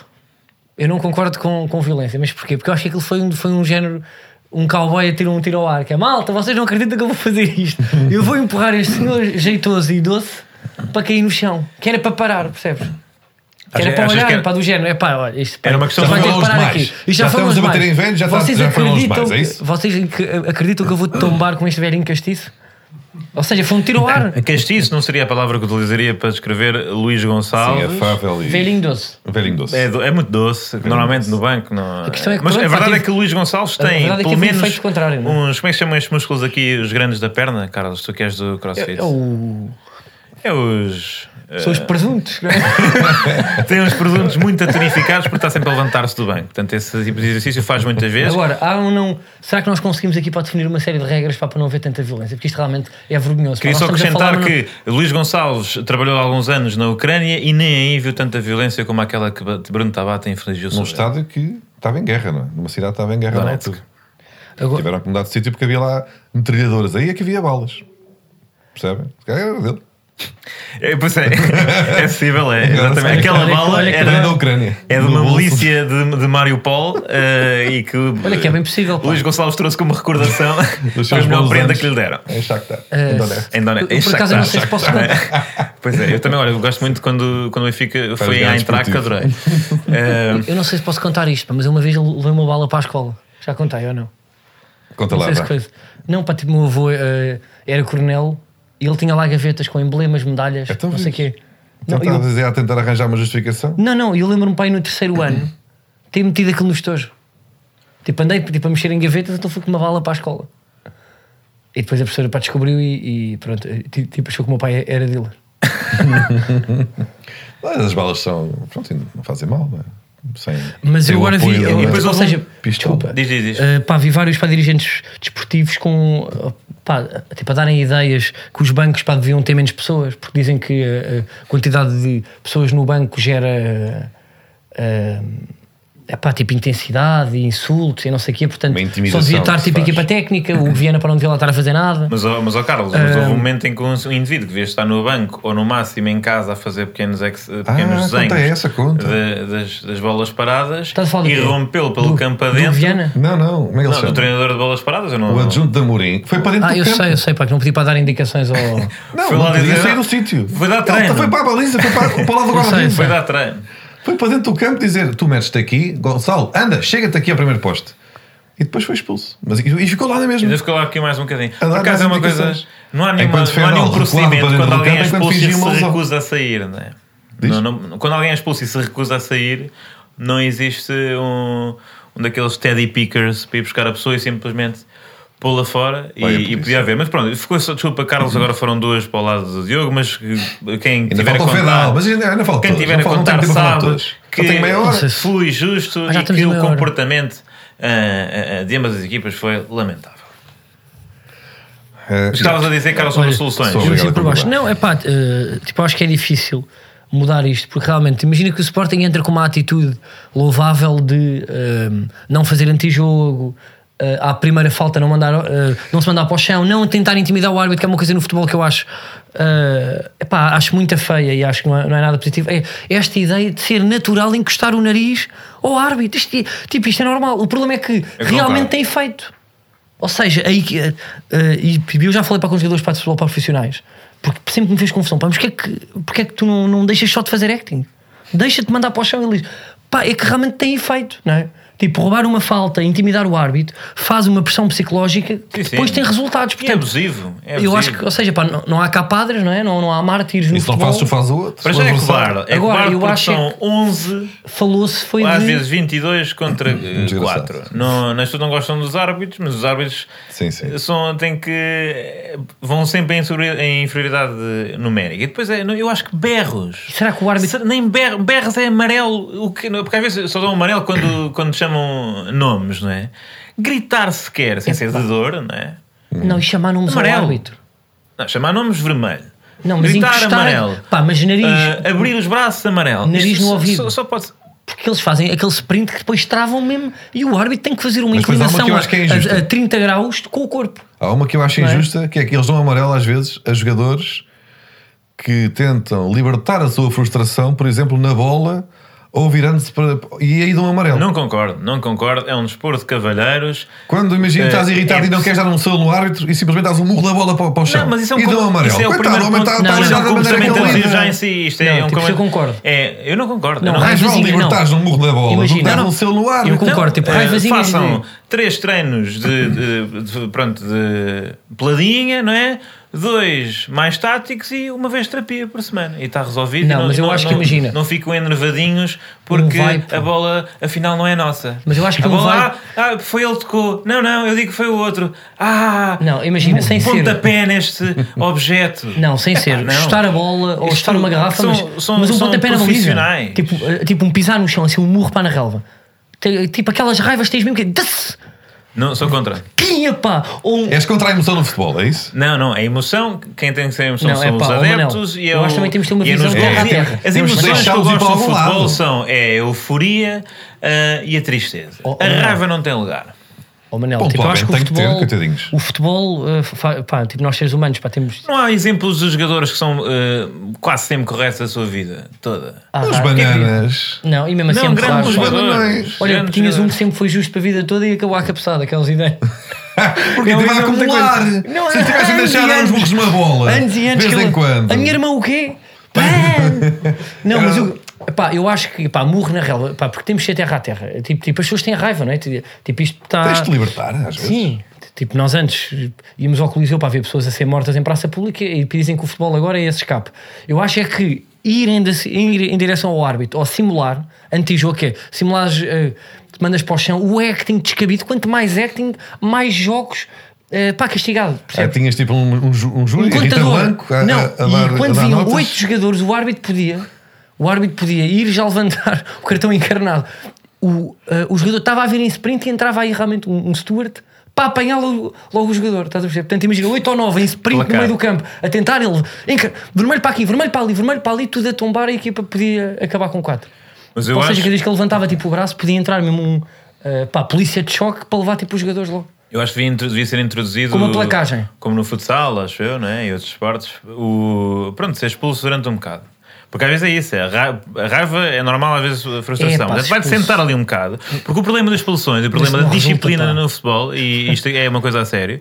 Speaker 1: Eu não concordo com, com violência, mas porquê? Porque eu acho que aquilo foi um, foi um género. um cowboy a tirar um tiro ao ar, que é malta, vocês não acreditam que eu vou fazer isto. Eu vou empurrar este senhor jeitoso e doce para cair no chão, que era para parar, percebes? Que era
Speaker 3: Achas-
Speaker 1: para
Speaker 3: achas
Speaker 1: olhar,
Speaker 3: que era-
Speaker 1: pá, do género, é pá, olha, isto pá,
Speaker 3: Era uma questão
Speaker 1: já vai
Speaker 3: de
Speaker 1: ter que
Speaker 2: falar
Speaker 1: parar
Speaker 2: os
Speaker 1: aqui.
Speaker 2: mais.
Speaker 1: E
Speaker 2: Já estamos
Speaker 1: foram os
Speaker 2: a bater
Speaker 1: mais.
Speaker 2: em velho, já está-
Speaker 1: vocês
Speaker 2: já foram os
Speaker 1: acreditam,
Speaker 2: mais, é isso?
Speaker 1: Vocês ac- acreditam que eu vou tombar com este velhinho castiço? Ou seja, foi um tiro ao ar,
Speaker 3: Castiço não seria a palavra que utilizaria para descrever Luís
Speaker 2: Sim,
Speaker 3: Gonçalves.
Speaker 2: afável e.
Speaker 1: velhinho doce.
Speaker 2: Velhinho doce.
Speaker 3: É, do- é muito doce, normalmente no banco não.
Speaker 1: questão é que
Speaker 3: Mas
Speaker 1: pronto,
Speaker 3: a
Speaker 1: já
Speaker 3: verdade é
Speaker 1: tive-
Speaker 3: que o Luís Gonçalves
Speaker 1: A
Speaker 3: tem
Speaker 1: verdade é que
Speaker 3: pelo
Speaker 1: teve um
Speaker 3: menos
Speaker 1: efeito contrário, não
Speaker 3: uns. Como é que se chamam estes músculos aqui, os grandes da perna, Carlos? Tu que és do CrossFit?
Speaker 1: É o-
Speaker 3: É os.
Speaker 1: São os presuntos, não é?
Speaker 3: eh, Tem uns produtos muito atonificados porque está sempre a levantar-se do banco. Portanto, esse tipo de exercício faz muitas vezes.
Speaker 1: Agora, há ou não. Será que nós conseguimos aqui para definir uma série de regras pá, para não haver tanta violência? Porque isto realmente é vergonhoso.
Speaker 3: Queria
Speaker 1: Pá,
Speaker 3: só
Speaker 1: nós estamos a
Speaker 3: acrescentar
Speaker 1: falar,
Speaker 3: que Luís Gonçalves trabalhou há alguns anos na Ucrânia e nem aí viu tanta violência como aquela que Bruno Tabata infligiu
Speaker 2: Num
Speaker 3: sobre
Speaker 2: estádio que estava em guerra, não é? Numa cidade que estava em guerra na
Speaker 3: Donetsk.
Speaker 2: altura.
Speaker 1: não- Agora,
Speaker 2: Tiveram que mudar de sítio porque havia lá metralhadoras. Aí é que havia balas. Percebem? Se calhar Era dele.
Speaker 3: É, pois é, é possível, é.
Speaker 2: Olha
Speaker 3: Exatamente.
Speaker 2: que-
Speaker 3: Aquela
Speaker 1: olha que-
Speaker 3: bala
Speaker 1: olha que-
Speaker 3: é
Speaker 2: Era da
Speaker 3: da,
Speaker 2: Ucrânia.
Speaker 3: é de
Speaker 2: No
Speaker 3: uma
Speaker 2: bolso.
Speaker 3: milícia de, de Mariupol eh, e que.
Speaker 1: Olha que é bem possível, pá.
Speaker 3: Luís Gonçalves trouxe como recordação
Speaker 2: Dos
Speaker 3: a
Speaker 2: seus
Speaker 3: melhor
Speaker 2: bons
Speaker 3: prenda
Speaker 2: anos.
Speaker 3: que lhe deram.
Speaker 2: É Shakhtar.
Speaker 1: eh,
Speaker 2: em Donetsk.
Speaker 3: Em Dona-
Speaker 1: eu-
Speaker 3: em
Speaker 1: por acaso eu não
Speaker 3: Shakhtar.
Speaker 1: sei se posso contar.
Speaker 3: Pois é, eu também, olha, eu gosto muito quando, quando o Benfica foi à
Speaker 2: grande
Speaker 3: Eintracht, que adorei. Eh,
Speaker 1: Eu não sei se posso contar isto, pá, mas eu uma vez levei uma bala para a escola. Já contei ou não?
Speaker 2: Conta
Speaker 1: Não
Speaker 2: lá,
Speaker 1: sei se
Speaker 2: vá.
Speaker 1: coisa. Não, pá, tipo, o meu avô eh, era coronel e ele tinha lá gavetas com emblemas, medalhas,
Speaker 2: Então,
Speaker 1: não sei o quê. Não,
Speaker 2: Então estás
Speaker 1: eu,
Speaker 2: a dizer a tentar arranjar uma justificação?
Speaker 1: não, não, eu lembro-me, pai, no terceiro ano, ter metido aquilo no estojo. Tipo, andei tipo, a mexer em gavetas, então fui com uma bala para a escola. E depois a professora pá, descobriu e, e pronto, eh, ti- tipo, achou que o meu pai era dealer.
Speaker 2: Mas As balas são. Pronto, não fazem mal, não é? Sem,
Speaker 1: Mas
Speaker 2: sem
Speaker 1: eu
Speaker 2: o
Speaker 1: agora vi.
Speaker 2: apoio
Speaker 1: Eu,
Speaker 2: da-
Speaker 3: E depois
Speaker 1: ou
Speaker 3: houve um
Speaker 1: seja,
Speaker 2: pistola.
Speaker 1: desculpa.
Speaker 3: Diz, diz, diz.
Speaker 1: eh, pá, vi vários para dirigentes desportivos com. eh, Pá, tipo, a darem ideias que os bancos pá, deviam ter menos pessoas, porque dizem que eh, a quantidade de pessoas no banco gera. eh, eh, pá, tipo intensidade, e insultos e não sei o quê, portanto,
Speaker 2: Uma
Speaker 1: só
Speaker 2: intimidação
Speaker 1: devia estar
Speaker 2: que se
Speaker 1: tipo
Speaker 2: faz.
Speaker 1: equipa técnica, o Viana para não devia lá estar a fazer nada.
Speaker 3: Mas, ó- mas ó Carlos, mas
Speaker 1: Eh,
Speaker 3: houve um momento em que um indivíduo que devia estar no banco ou no máximo em casa a fazer pequenos, ex, eh, pequenos
Speaker 2: Ah, conta
Speaker 3: desenhos
Speaker 2: essa, conta.
Speaker 3: de- das, das bolas paradas
Speaker 1: Estás a falar do
Speaker 3: e
Speaker 1: quê?
Speaker 3: rompeu pelo
Speaker 1: Do-
Speaker 3: campo
Speaker 1: do
Speaker 3: adentro.
Speaker 1: Viana?
Speaker 2: Não, não, como é que ele
Speaker 3: Não, do
Speaker 2: chama?
Speaker 3: treinador de bolas paradas, eu não.
Speaker 2: O adjunto de Amorim, que foi para dentro
Speaker 1: Ah,
Speaker 2: do
Speaker 1: eu
Speaker 2: campo.
Speaker 1: sei, eu sei, pá, que não podia para dar indicações ao.
Speaker 2: Não,
Speaker 3: Foi
Speaker 2: foi
Speaker 3: lá
Speaker 2: lá podia
Speaker 3: dentro.
Speaker 2: sair do sítio.
Speaker 3: Foi dar
Speaker 2: Ele
Speaker 3: treino.
Speaker 2: Foi para a baliza, foi para, para lá do
Speaker 1: sei,
Speaker 2: guarda-redes.
Speaker 3: Foi dar treino.
Speaker 2: Foi para dentro do campo dizer: Tu metes-te aqui, Gonçalo, anda, chega-te aqui ao primeiro poste. E depois foi expulso. Mas, e, e ficou lá na mesma.
Speaker 3: Ainda ficou lá aqui mais um bocadinho.
Speaker 2: A
Speaker 3: Por
Speaker 2: dar
Speaker 3: acaso é
Speaker 2: mais
Speaker 3: uma coisa.
Speaker 2: indicações.
Speaker 3: Não há, nenhuma,
Speaker 2: Enquanto
Speaker 3: não há
Speaker 2: Fernal
Speaker 3: nenhum
Speaker 2: recuava
Speaker 3: procedimento
Speaker 2: para dentro
Speaker 3: quando
Speaker 2: do
Speaker 3: alguém é
Speaker 2: campo, enquanto
Speaker 3: expulso e
Speaker 2: fingia uma
Speaker 3: se
Speaker 2: lesão.
Speaker 3: recusa a sair, não é?
Speaker 2: Diz?
Speaker 3: Não- não- quando alguém é expulso e se recusa a sair, não existe um, um daqueles teddy pickers para ir buscar a pessoa e simplesmente pô-la fora e,
Speaker 2: Olha, por
Speaker 3: e
Speaker 2: isso. Uhum.
Speaker 3: podia haver. Mas pronto, ficou só, desculpa, Carlos, agora foram duas para o lado do Diogo, mas que- quem
Speaker 2: Ainda
Speaker 3: tiver a
Speaker 2: falta o Fedal,
Speaker 3: contar.
Speaker 2: mas ainda, ainda falta
Speaker 3: Quem
Speaker 2: todos.
Speaker 3: tiver
Speaker 2: Não
Speaker 3: a
Speaker 2: falta- não
Speaker 3: contar
Speaker 2: tem tempo para falar de
Speaker 3: sabe
Speaker 2: todos. Só
Speaker 3: que
Speaker 2: tenho meia hora.
Speaker 1: sei se-
Speaker 3: foi justo
Speaker 1: Ah, já
Speaker 3: e
Speaker 1: estamos
Speaker 3: que
Speaker 1: em
Speaker 3: o
Speaker 1: meia hora.
Speaker 3: comportamento ah, ah, ah, de ambas as equipas foi lamentável.
Speaker 2: É,
Speaker 3: Estavas a dizer, Carlos, sobre
Speaker 1: Olha,
Speaker 3: soluções.
Speaker 2: sobre-
Speaker 1: Eu
Speaker 2: Obrigado
Speaker 1: sei por
Speaker 2: por
Speaker 1: baixo.
Speaker 2: mudar.
Speaker 1: Não, é pá, eh, tipo, eu acho que é difícil mudar isto, porque realmente, imagina que o Sporting entra com uma atitude louvável de eh, não fazer antijogo, eh, à primeira falta não, mandar, eh, não se mandar para o chão, não tentar intimidar o árbitro, que é uma coisa no futebol que eu acho, eh, epá, acho muito feia e acho que não é, não é nada positivo. É esta ideia de ser natural encostar o nariz ao árbitro. Isto, é- tipo, isto é normal. O problema é que
Speaker 3: Eu
Speaker 1: realmente
Speaker 3: concordo.
Speaker 1: tem efeito. Ou seja, aí que. eh, eh, e eu já falei para com os jogadores para de futebol profissionais, porque sempre me fez confusão. Pá, mas porque é que, porque é que tu não, não deixas só de fazer acting? Deixa-te mandar para o chão e diz: pá, é que realmente tem efeito, não é? Tipo, roubar uma falta, intimidar o árbitro, faz uma pressão psicológica que
Speaker 3: Sim, sim.
Speaker 1: depois tem resultados.
Speaker 3: E é
Speaker 1: Portanto,
Speaker 3: abusivo. É abusivo.
Speaker 1: eu acho que, ou seja, pá, não, não há cá padres, não é? Não, não há mártires no
Speaker 2: E se não
Speaker 1: futebol.
Speaker 2: fazes, tu fazes o outro.
Speaker 3: Para
Speaker 2: O
Speaker 3: já é
Speaker 2: adversário.
Speaker 3: cobarde. É
Speaker 1: Agora,
Speaker 3: cobarde
Speaker 1: eu
Speaker 3: porque
Speaker 1: acho
Speaker 3: são 11,
Speaker 1: Falou-se, foi
Speaker 3: ou às
Speaker 1: de-
Speaker 3: vezes 22 contra
Speaker 2: Hum, Desgraçado.
Speaker 3: 4. Não, nas pessoas não gostam dos árbitros, mas os árbitros
Speaker 2: Sim, sim.
Speaker 3: São, têm que, vão sempre em, inferiori- em inferioridade numérica. E depois é, eu acho que berros.
Speaker 1: Será que o árbitro.
Speaker 3: Ser- Nem ber- berros é amarelo, o que, não- porque às vezes só dão amarelo quando, quando chamam nomes, não é? Gritar sequer, sem ser de dor, não é?
Speaker 1: Não, e chamar nomes ao
Speaker 3: Amarelo.
Speaker 1: árbitro.
Speaker 3: Não, chamar nomes vermelho.
Speaker 1: Não, mas
Speaker 3: Gritar
Speaker 1: encostar.
Speaker 3: amarelo.
Speaker 1: Pá, mas nariz.
Speaker 3: Ah, abrir os braços amarelo.
Speaker 1: Nariz
Speaker 3: Isto
Speaker 1: no
Speaker 3: só-
Speaker 1: ouvido.
Speaker 3: Só, só pode ser.
Speaker 1: Porque eles fazem aquele sprint que depois travam mesmo e o árbitro tem que fazer uma
Speaker 2: Mas depois há uma que eu
Speaker 1: inclinação a,
Speaker 2: acho que é injusta.
Speaker 1: a- a 30 graus com o corpo.
Speaker 2: Há uma que eu acho
Speaker 1: Não é?
Speaker 2: injusta, que é que eles dão amarelo às vezes a jogadores que tentam libertar a sua frustração, por exemplo, na bola ou virando-se para. E aí dão amarelo.
Speaker 3: Não concordo, não concordo. É um desporto de cavalheiros.
Speaker 2: Quando imagina, estás
Speaker 3: É,
Speaker 2: irritado
Speaker 3: é
Speaker 2: e não
Speaker 3: possível.
Speaker 2: queres dar um selo no árbitro e simplesmente dás um murro da bola para, para o chão.
Speaker 3: Não, mas isso é um
Speaker 2: e dão
Speaker 3: como-
Speaker 2: amarelo.
Speaker 3: Isso é o
Speaker 2: Coitado,
Speaker 3: primeiro
Speaker 2: o homem
Speaker 3: ponto.
Speaker 2: está
Speaker 1: não,
Speaker 2: está
Speaker 1: não,
Speaker 2: ligado da
Speaker 1: não,
Speaker 2: maneira que
Speaker 1: completamente
Speaker 2: ele
Speaker 1: abusivo,
Speaker 2: lida.
Speaker 3: já em si, isto
Speaker 1: Não,
Speaker 3: é um
Speaker 1: tipo,
Speaker 3: comentário-
Speaker 1: eu concordo.
Speaker 3: É, eu não concordo.
Speaker 1: Não,
Speaker 3: eu não
Speaker 2: Mais vale
Speaker 1: Ah, Imagina,
Speaker 2: libertares
Speaker 1: não.
Speaker 2: num murro da bola do que
Speaker 1: Imagina,
Speaker 2: dar
Speaker 1: não.
Speaker 2: um selo no
Speaker 1: Eu
Speaker 2: árbitro.
Speaker 1: concordo. tipo,
Speaker 3: eh,
Speaker 1: raivazinhas
Speaker 3: façam
Speaker 1: de-
Speaker 3: três treinos de, de- de- pronto, de peladinha, não é? Dois mais táticos e uma vez terapia por semana. E está resolvido.
Speaker 1: Não,
Speaker 3: E
Speaker 1: mas eu acho que imagina.
Speaker 3: Não ficam enervadinhos porque
Speaker 1: Um vai, pô.
Speaker 3: a bola afinal não é nossa.
Speaker 1: Mas eu acho que
Speaker 3: a
Speaker 1: um
Speaker 3: bola,
Speaker 1: vai-
Speaker 3: ah, ah, foi ele que tocou. Não, não, eu digo que foi o outro. Ah,
Speaker 1: Não, imagina, sem ser-
Speaker 3: pontapé neste objeto.
Speaker 1: Um
Speaker 3: Ah,
Speaker 1: Não, sem ser.
Speaker 3: não.
Speaker 1: Chutar a bola ou
Speaker 3: Isto
Speaker 1: chutar uma garrafa,
Speaker 3: são-
Speaker 1: mas,
Speaker 3: são-
Speaker 1: mas um
Speaker 3: são
Speaker 1: pontapé na baliza.
Speaker 3: profissionais.
Speaker 1: Tipo, eh, tipo um pisar no chão, assim, um murro para na relva. Te- Tipo aquelas raivas que tens mesmo que. Desse!
Speaker 3: Não, sou contra.
Speaker 1: Quinha, pá! Ou um-
Speaker 2: És contra a emoção no futebol, é isso?
Speaker 3: Não, não, é emoção. Quem tem que ser emoção
Speaker 1: Não,
Speaker 3: são
Speaker 1: é
Speaker 3: os
Speaker 1: pá, ó,
Speaker 3: adeptos
Speaker 1: Manel,
Speaker 3: e é
Speaker 1: eu
Speaker 3: o-
Speaker 1: acho que também temos de ter uma
Speaker 3: e é
Speaker 1: visão
Speaker 3: nos
Speaker 1: de
Speaker 3: gols.
Speaker 1: terra a terra.
Speaker 3: As
Speaker 2: Temos de
Speaker 3: emoções que eu
Speaker 2: deixá-los ir
Speaker 3: gosto
Speaker 2: para
Speaker 3: do
Speaker 2: algum
Speaker 3: futebol
Speaker 2: lado.
Speaker 3: são é a euforia ah, e a tristeza.
Speaker 1: Oh, oh,
Speaker 3: a
Speaker 1: Manel.
Speaker 3: raiva não tem lugar.
Speaker 1: Oh, Manel,
Speaker 2: Bom,
Speaker 1: tipo, eu
Speaker 2: pá,
Speaker 1: acho que o
Speaker 2: bem, tem que ter,
Speaker 1: futebol.
Speaker 2: coitadinhos.
Speaker 1: o futebol, eh, fa- pá, tipo, nós seres humanos, pá, temos.
Speaker 3: Não há exemplos de jogadores que são ah, quase sempre corretos a sua vida toda.
Speaker 1: Ah,
Speaker 2: Os
Speaker 1: pá,
Speaker 2: bananas.
Speaker 1: Não, e mesmo assim, é
Speaker 3: não,
Speaker 1: muito raro,
Speaker 3: grandes
Speaker 1: pá.
Speaker 2: jogador.
Speaker 3: jogadores.
Speaker 1: Olha,
Speaker 3: Grandes
Speaker 1: tinhas um que
Speaker 3: jogadores.
Speaker 1: sempre foi justo para a vida toda e acabou a cabeçada, aquelas ideias.
Speaker 2: Porque
Speaker 3: Eu
Speaker 2: teve a
Speaker 3: ainda não tenho
Speaker 2: acumular.
Speaker 3: coisa.
Speaker 1: Não,
Speaker 2: Se tivessem
Speaker 1: anos e
Speaker 2: deixado dar uns
Speaker 1: anos.
Speaker 2: burros numa bola.
Speaker 1: Antes e antes
Speaker 2: De
Speaker 1: que
Speaker 2: vez em
Speaker 1: eu-
Speaker 2: quando.
Speaker 1: A minha irmã o quê? Pá! não, mas eu, pá, eu acho que pá, murro na relva, pá, porque temos de ser terra a terra. Tipo, tipo, as pessoas têm raiva, não é? Tipo, isto está.
Speaker 2: Tens de libertar, às vezes.
Speaker 1: Sim. Tipo, nós antes íamos ao Coliseu para ver pessoas a ser mortas em praça pública e dizem que o futebol agora é esse escape. Eu acho é que ir em, de- ir em direção ao árbitro ou simular antijogo, que é simular, mandas para o chão, o acting descabido, quanto mais acting, mais jogos eh, pá, castigado.
Speaker 2: Ah,
Speaker 1: percebe?
Speaker 2: tinhas tipo um, um, ju- um júri,
Speaker 1: um
Speaker 2: Rita
Speaker 1: contador.
Speaker 2: Blanco, a,
Speaker 1: não,
Speaker 2: a, a dar,
Speaker 1: e
Speaker 2: a
Speaker 1: quando
Speaker 2: dar
Speaker 1: vinham
Speaker 2: notas.
Speaker 1: oito jogadores, o árbitro podia, o árbitro podia ir já levantar o cartão encarnado. O, eh, o jogador estava a vir em sprint e entrava aí realmente um, um Stewart para apanhar logo, logo o jogador. Estás a perceber? Portanto, imagina 8 ou 9 em sprint
Speaker 3: Placar.
Speaker 1: no meio do campo, a tentar ele, encar- vermelho para aqui, vermelho para ali, vermelho para ali, tudo a tombar, a equipa podia acabar com 4.
Speaker 3: Mas eu
Speaker 1: Ou seja,
Speaker 3: acho-
Speaker 1: cada vez que ele levantava tipo o braço, podia entrar mesmo um eh, pá, polícia de choque para levar tipo os jogadores logo.
Speaker 3: Eu acho que devia, introdu- devia ser introduzido.
Speaker 1: Como a placagem.
Speaker 3: Como no futsal, acho eu, não é? E outros esportes. O, pronto, ser expulso durante um bocado. Porque às vezes é isso, é a, ra- a raiva é normal, às vezes a frustração.
Speaker 1: É, pá,
Speaker 3: Mas vai-te
Speaker 1: expulso.
Speaker 3: sentar ali um bocado. Porque o problema das expulsões, o
Speaker 1: Mas
Speaker 3: problema
Speaker 1: não
Speaker 3: da
Speaker 1: resulta, tá?
Speaker 3: disciplina
Speaker 1: pá.
Speaker 3: no futebol, e isto é uma coisa a sério,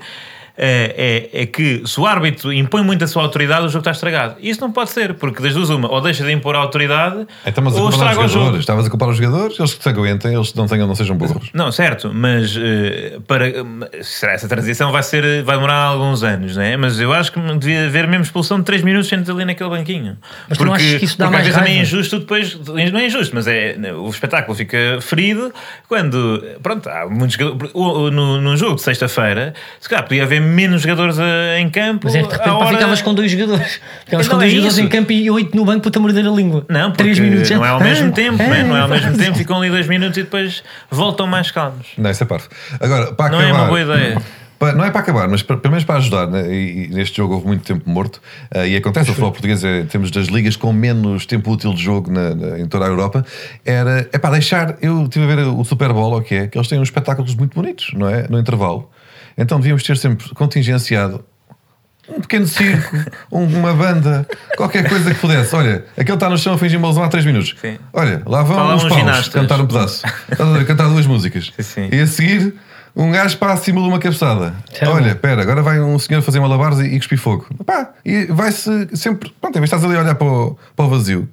Speaker 3: é, é, é que se o árbitro impõe muito a sua autoridade, o jogo está estragado. E isso não pode ser, porque das duas uma, ou deixa de impor a autoridade,
Speaker 2: Então, mas a
Speaker 3: ou
Speaker 2: culpar
Speaker 3: estraga o
Speaker 2: os
Speaker 3: jogo.
Speaker 2: jogadores. Estavas a culpar os jogadores, eles que se aguentem, eles que não, tenham, não sejam
Speaker 1: é.
Speaker 2: burros.
Speaker 3: Não, certo, mas eh, para eh, será essa transição vai ser vai demorar alguns anos, não é? Mas eu acho que devia haver mesmo expulsão de 3 minutos sentados ali naquele banquinho.
Speaker 1: Mas tu não achas que isso dá
Speaker 3: porque
Speaker 1: mais
Speaker 3: às vezes também é
Speaker 1: raiva?
Speaker 3: injusto depois, não é injusto, mas é o espetáculo fica ferido quando, pronto, há muitos jogadores o- o- no, no jogo de sexta-feira, se calhar podia haver menos jogadores eh, em campo.
Speaker 1: Mas é que de repente
Speaker 3: à
Speaker 1: pá,
Speaker 3: hora-
Speaker 1: ficavas com dois jogadores. Ficavas
Speaker 3: Não,
Speaker 1: com dois
Speaker 3: é
Speaker 1: jogadores
Speaker 3: isso.
Speaker 1: em campo e oito no banco para te morder a língua.
Speaker 3: não, porque
Speaker 1: Três minutos.
Speaker 3: não é ao
Speaker 1: Ah,
Speaker 3: mesmo tempo,
Speaker 1: ah,
Speaker 3: não é? Não é ao mesmo tempo, ficam ali dois minutos e depois voltam mais calmos.
Speaker 2: Não, isso é parte. Agora, para
Speaker 3: Não é
Speaker 2: acabar.
Speaker 3: uma boa ideia.
Speaker 2: Pa- não é para acabar, mas para- pelo menos para ajudar. né? E, e neste jogo houve muito tempo morto. eh, e acontece, o futebol português é, temos das ligas com menos tempo útil de jogo na- na- em toda a Europa. Era, é para deixar. Eu estive a ver o Super Bowl, o que é? Que eles têm uns espetáculos muito bonitos, não é? No intervalo. Então devíamos ter sempre contingenciado um pequeno circo, um- uma banda, qualquer coisa que pudesse. Olha, aquele está no chão a fingir uma lesão há 3 minutos.
Speaker 3: Sim.
Speaker 2: Olha, lá vão
Speaker 3: Falavam
Speaker 2: os
Speaker 3: os
Speaker 2: paus
Speaker 3: ginastas.
Speaker 2: cantar um pedaço. Estás a ver? cantar duas músicas.
Speaker 3: Sim, sim.
Speaker 2: E a seguir, um gajo passa e simula uma cabeçada.
Speaker 1: Isso era
Speaker 2: Olha,
Speaker 1: bom.
Speaker 2: espera, agora vai um senhor fazer malabares e, e cuspir fogo. Pá, e vai-se sempre. Pronto, em vez de estás ali a olhar para o, para o vazio,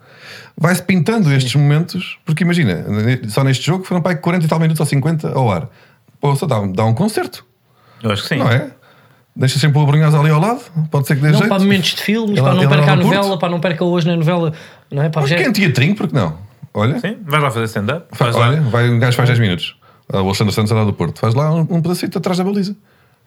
Speaker 2: vai-se pintando estes momentos, porque imagina, só neste jogo foram para aí 40 e tal minutos ou 50 ao ar. Pô, só dá, um- dá um concerto,
Speaker 3: Eu acho que sim.
Speaker 2: não é? Deixa sempre o Abrunhosa ali ao lado, pode ser que dê
Speaker 1: Não
Speaker 2: jeito.
Speaker 1: para momentos de filmes,
Speaker 2: Ele-
Speaker 1: para não
Speaker 2: ele
Speaker 1: perca
Speaker 2: era
Speaker 1: a
Speaker 2: do
Speaker 1: novela,
Speaker 2: Porto?
Speaker 1: para não perca hoje na novela. Não é? Para
Speaker 2: um Mas quem
Speaker 1: Rogério-
Speaker 2: tinha trinco, porque não? Olha,
Speaker 3: Sim, vais lá fazer stand-up. Faz lá.
Speaker 2: olha vai, um gajo faz 10 minutos. O Alexandre Santos é lá do Porto. Faz lá um, um pedacito atrás da baliza.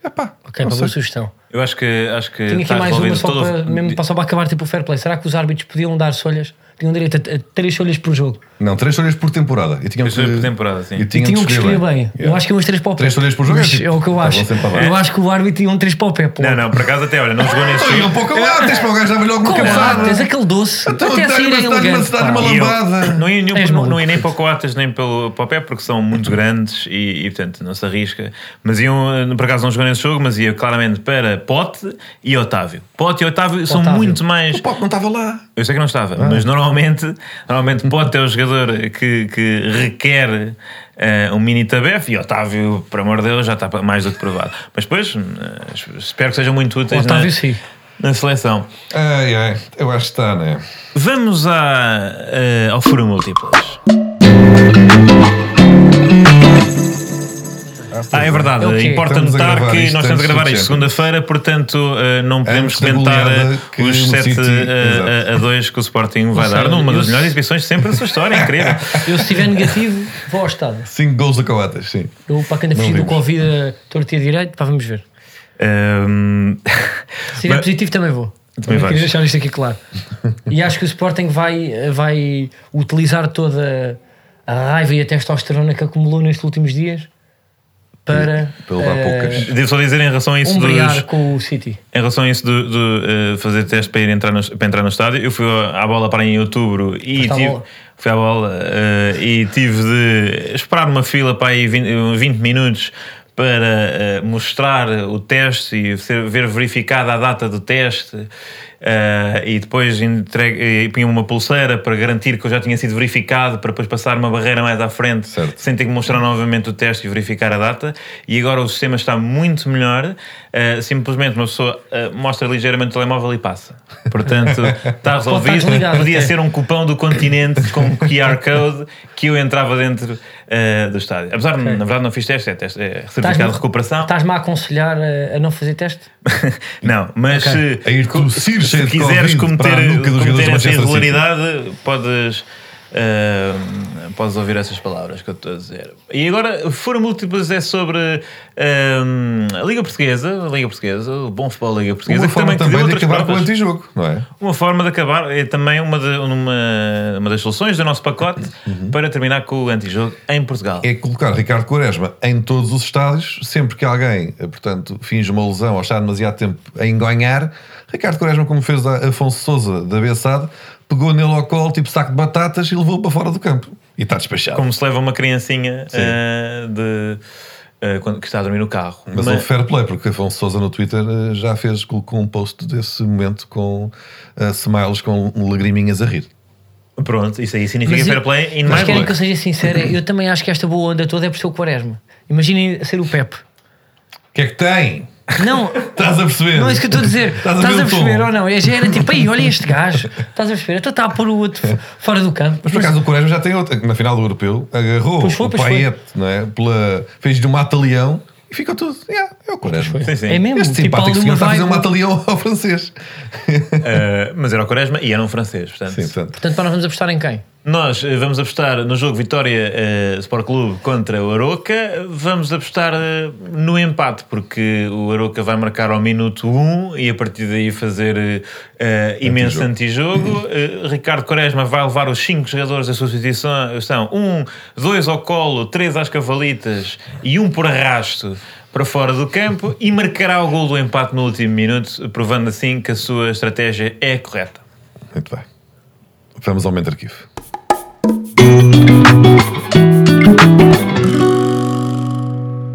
Speaker 2: É pá.
Speaker 1: Ok,
Speaker 2: não
Speaker 1: para boa
Speaker 2: sei.
Speaker 1: sugestão.
Speaker 3: Eu acho que acho que
Speaker 1: Tenho aqui
Speaker 3: está
Speaker 1: mais uma
Speaker 3: resolvido
Speaker 1: só
Speaker 3: todo o-
Speaker 1: para, mesmo para só para acabar tipo o fair play. Será que os árbitros podiam dar solhas? Tinham direito a, a três solhas por jogo.
Speaker 2: Não, três histórias por temporada. E tinham
Speaker 3: Três
Speaker 2: que-
Speaker 3: folhas por temporada, sim.
Speaker 2: E
Speaker 1: E
Speaker 2: tinham,
Speaker 1: tinham que escolher bem. Eu
Speaker 2: Yeah.
Speaker 1: acho que umas três para o pé.
Speaker 2: Três solhas por jogo é
Speaker 1: Mas
Speaker 2: tipo,
Speaker 1: é o que eu
Speaker 2: tá bom,
Speaker 1: acho.
Speaker 2: sempre para baixo.
Speaker 1: Eu acho que o árbitro ia um três para o pé. pô.
Speaker 3: Não, não, por acaso até, olha, não jogou nesse
Speaker 2: Olha, um
Speaker 3: jogo.
Speaker 2: pouco lá, tens para o gajo dar logo uma
Speaker 1: Como
Speaker 2: cabeçada.
Speaker 1: lá, tens aquele doce.
Speaker 2: Então,
Speaker 1: Até assim
Speaker 2: dá-lhe
Speaker 1: era
Speaker 2: uma- dá-lhe uma-
Speaker 1: elegante.
Speaker 2: dá-lhe
Speaker 1: pá.
Speaker 2: uma
Speaker 3: E eu-
Speaker 2: lambada.
Speaker 3: Não ia,
Speaker 1: És
Speaker 3: nenhum, não,
Speaker 1: maluco.
Speaker 3: não ia nem para o Coates nem pelo, para o Pé, porque são muito grandes e, e, portanto não se arrisca. Mas iam, eh, por acaso não jogou nesse jogo, mas ia claramente para Pote e Otávio. Pote e Otávio são
Speaker 1: Otávio. Ah.
Speaker 3: muito mais.
Speaker 2: O Pote não estava lá.
Speaker 3: Eu sei que não estava, mas normalmente, normalmente pode ter um jogador que, que requer eh, um mini tabef e Otávio, por amor de Deus, já está mais do que provado. Mas depois, eh, espero que sejam muito úteis na,
Speaker 1: Otávio,
Speaker 2: é.
Speaker 1: sim.
Speaker 3: na seleção.
Speaker 2: Ai, ai, eu acho que está, né?
Speaker 3: Vamos à, eh, ao furo múltiplas. Ah, é verdade.
Speaker 1: É o quê?
Speaker 3: Importa
Speaker 2: Estamos a
Speaker 3: notar
Speaker 2: gravar
Speaker 3: que
Speaker 2: isto
Speaker 3: nós estamos a
Speaker 2: antes
Speaker 3: gravar
Speaker 2: do
Speaker 3: isto
Speaker 2: Champions.
Speaker 3: segunda-feira, portanto eh, não podemos
Speaker 2: Antes da
Speaker 3: comentar
Speaker 2: goleada
Speaker 3: eh,
Speaker 2: que o
Speaker 3: os 7
Speaker 2: City-
Speaker 3: a 2 que o Sporting vai
Speaker 1: sei,
Speaker 3: dar numa
Speaker 1: eu-
Speaker 3: das melhores exibições sempre da sua história, é incrível.
Speaker 1: Eu, se estiver negativo, vou ao estado.
Speaker 2: 5 gols da Coates, sim.
Speaker 1: Eu, para quem ainda fugiu do
Speaker 2: vimos.
Speaker 1: Covid, a torto e a direito, pá, vamos ver.
Speaker 3: Ehm,
Speaker 1: Se tiver
Speaker 3: Mas-
Speaker 1: positivo, também vou.
Speaker 3: Também
Speaker 1: Queria
Speaker 3: vais.
Speaker 1: deixar isto aqui claro. e acho que o Sporting vai, eh, vai utilizar toda a raiva e a testosterona que acumulou nestes últimos dias para
Speaker 2: Para levar
Speaker 1: eh,
Speaker 2: poucas.
Speaker 3: Devo só dizer em relação a
Speaker 2: Um
Speaker 3: isso
Speaker 1: umbrear
Speaker 3: dos,
Speaker 1: com o City.
Speaker 3: Em relação a isso de, de, eh, fazer teste para, ir entrar no, para entrar no estádio, eu fui à bola para em outubro e
Speaker 2: tá
Speaker 1: Foste à
Speaker 3: tive,
Speaker 1: bola?
Speaker 3: fui à bola eh, e tive de esperar numa fila para aí 20, 20 minutos para eh, mostrar o teste e ser- ver verificada a data do teste eh, e depois entregue, e punha uma pulseira para garantir que eu já tinha sido verificado para depois passar uma barreira mais à frente
Speaker 2: Certo.
Speaker 3: sem ter que mostrar novamente o teste e verificar a data. E agora o sistema está muito melhor. Uh, simplesmente uma pessoa uh, mostra ligeiramente o telemóvel e passa. Portanto, está resolvido.
Speaker 1: desligado
Speaker 3: Podia
Speaker 1: até.
Speaker 3: ser um cupão do continente com QR Code que eu entrava dentro uh, do estádio. Apesar de, na verdade, não fiz teste, é, teste, é certificado de recuperação.
Speaker 1: Estás-me a aconselhar a, a não fazer teste?
Speaker 3: não, mas se,
Speaker 2: A ir tossir cheio
Speaker 3: se
Speaker 2: de
Speaker 3: quiseres
Speaker 2: Covid para a
Speaker 3: cometer,
Speaker 2: nuca dos jogadores
Speaker 3: cometer
Speaker 2: do
Speaker 3: essa
Speaker 2: Manchester City.
Speaker 3: irregularidade, podes. uh, podes ouvir essas palavras que eu estou a dizer. E agora, foram múltiplas é sobre um, a Liga Portuguesa, a Liga Portuguesa, o bom futebol da Liga Portuguesa,
Speaker 2: Uma
Speaker 3: que
Speaker 2: forma
Speaker 3: também, que
Speaker 2: também
Speaker 3: deu outras
Speaker 2: de acabar com o
Speaker 3: provas.
Speaker 2: antijogo, não é?
Speaker 3: Uma forma de acabar, é também uma, de- uma, uma das soluções do nosso pacote
Speaker 1: Uhum.
Speaker 3: para terminar com o antijogo em Portugal.
Speaker 2: é colocar Ricardo Quaresma em todos os estádios, sempre que alguém, eh, portanto, finge uma lesão ou está demasiado tempo a enganhar, Ricardo Quaresma, como fez a Afonso Souza da Bessade, pegou nele ao colo, tipo saco de batatas, e levou-o para fora do campo. E está despachado.
Speaker 3: Como se leva uma criancinha eh, de, eh, quando- que está a dormir no carro.
Speaker 2: Mas
Speaker 1: um
Speaker 2: houve fair play, porque Afonso Souza no Twitter eh, já fez, colocou um post desse momento com eh, smiles com lagriminhas a rir.
Speaker 3: Pronto, isso aí significa
Speaker 1: Mas
Speaker 3: fair
Speaker 1: eu-
Speaker 3: play e é
Speaker 1: Mas
Speaker 3: mais
Speaker 1: querem
Speaker 3: boa.
Speaker 1: que eu seja sincero, eu também acho que esta boa onda toda é por ser o Quaresma. Imaginem ser o Pepe.
Speaker 2: O que é que tem?
Speaker 1: Não,
Speaker 2: Estás a perceber?
Speaker 1: Não é isso que eu estou a dizer.
Speaker 2: Estás a
Speaker 1: Estás
Speaker 2: ver
Speaker 1: a
Speaker 2: o tom?
Speaker 1: perceber ou não? É, Já era tipo, aí, olha este gajo. Estás a perceber? Então está a pôr o outro fo- fora do campo.
Speaker 2: Mas por acaso o Quaresma já tem outra. Na final do europeu, agarrou
Speaker 1: Pois foi,
Speaker 2: o
Speaker 1: pois
Speaker 2: paete, não é? Pela, fez-lhe um mata-leão e ficou tudo. Yeah, é o Quaresma.
Speaker 3: Sim, sim.
Speaker 1: É mesmo?
Speaker 2: Este
Speaker 1: tipo, há ali
Speaker 2: simpático
Speaker 1: uma
Speaker 2: senhor está a fazer um
Speaker 1: vibe.
Speaker 2: mata-leão ao francês.
Speaker 3: Eh, mas era o Quaresma e era um francês. Portanto,
Speaker 2: Sim, portanto.
Speaker 1: Portanto, para nós vamos apostar em quem?
Speaker 3: nós eh, vamos apostar no jogo Vitória eh, Sport Clube contra o Aroca. Vamos apostar eh, no empate, porque o Aroca vai marcar ao minuto 1 e a partir daí fazer eh, eh, imenso antijogo. Eh, Ricardo Quaresma vai levar os 5 jogadores da substituição: são 1, 2 ao colo, 3 às cavalitas e 1 por arrasto. para fora do campo e marcará o gol do empate no último minuto, provando assim que a sua estratégia é correta.
Speaker 2: Muito bem. Vamos ao momento arquivo.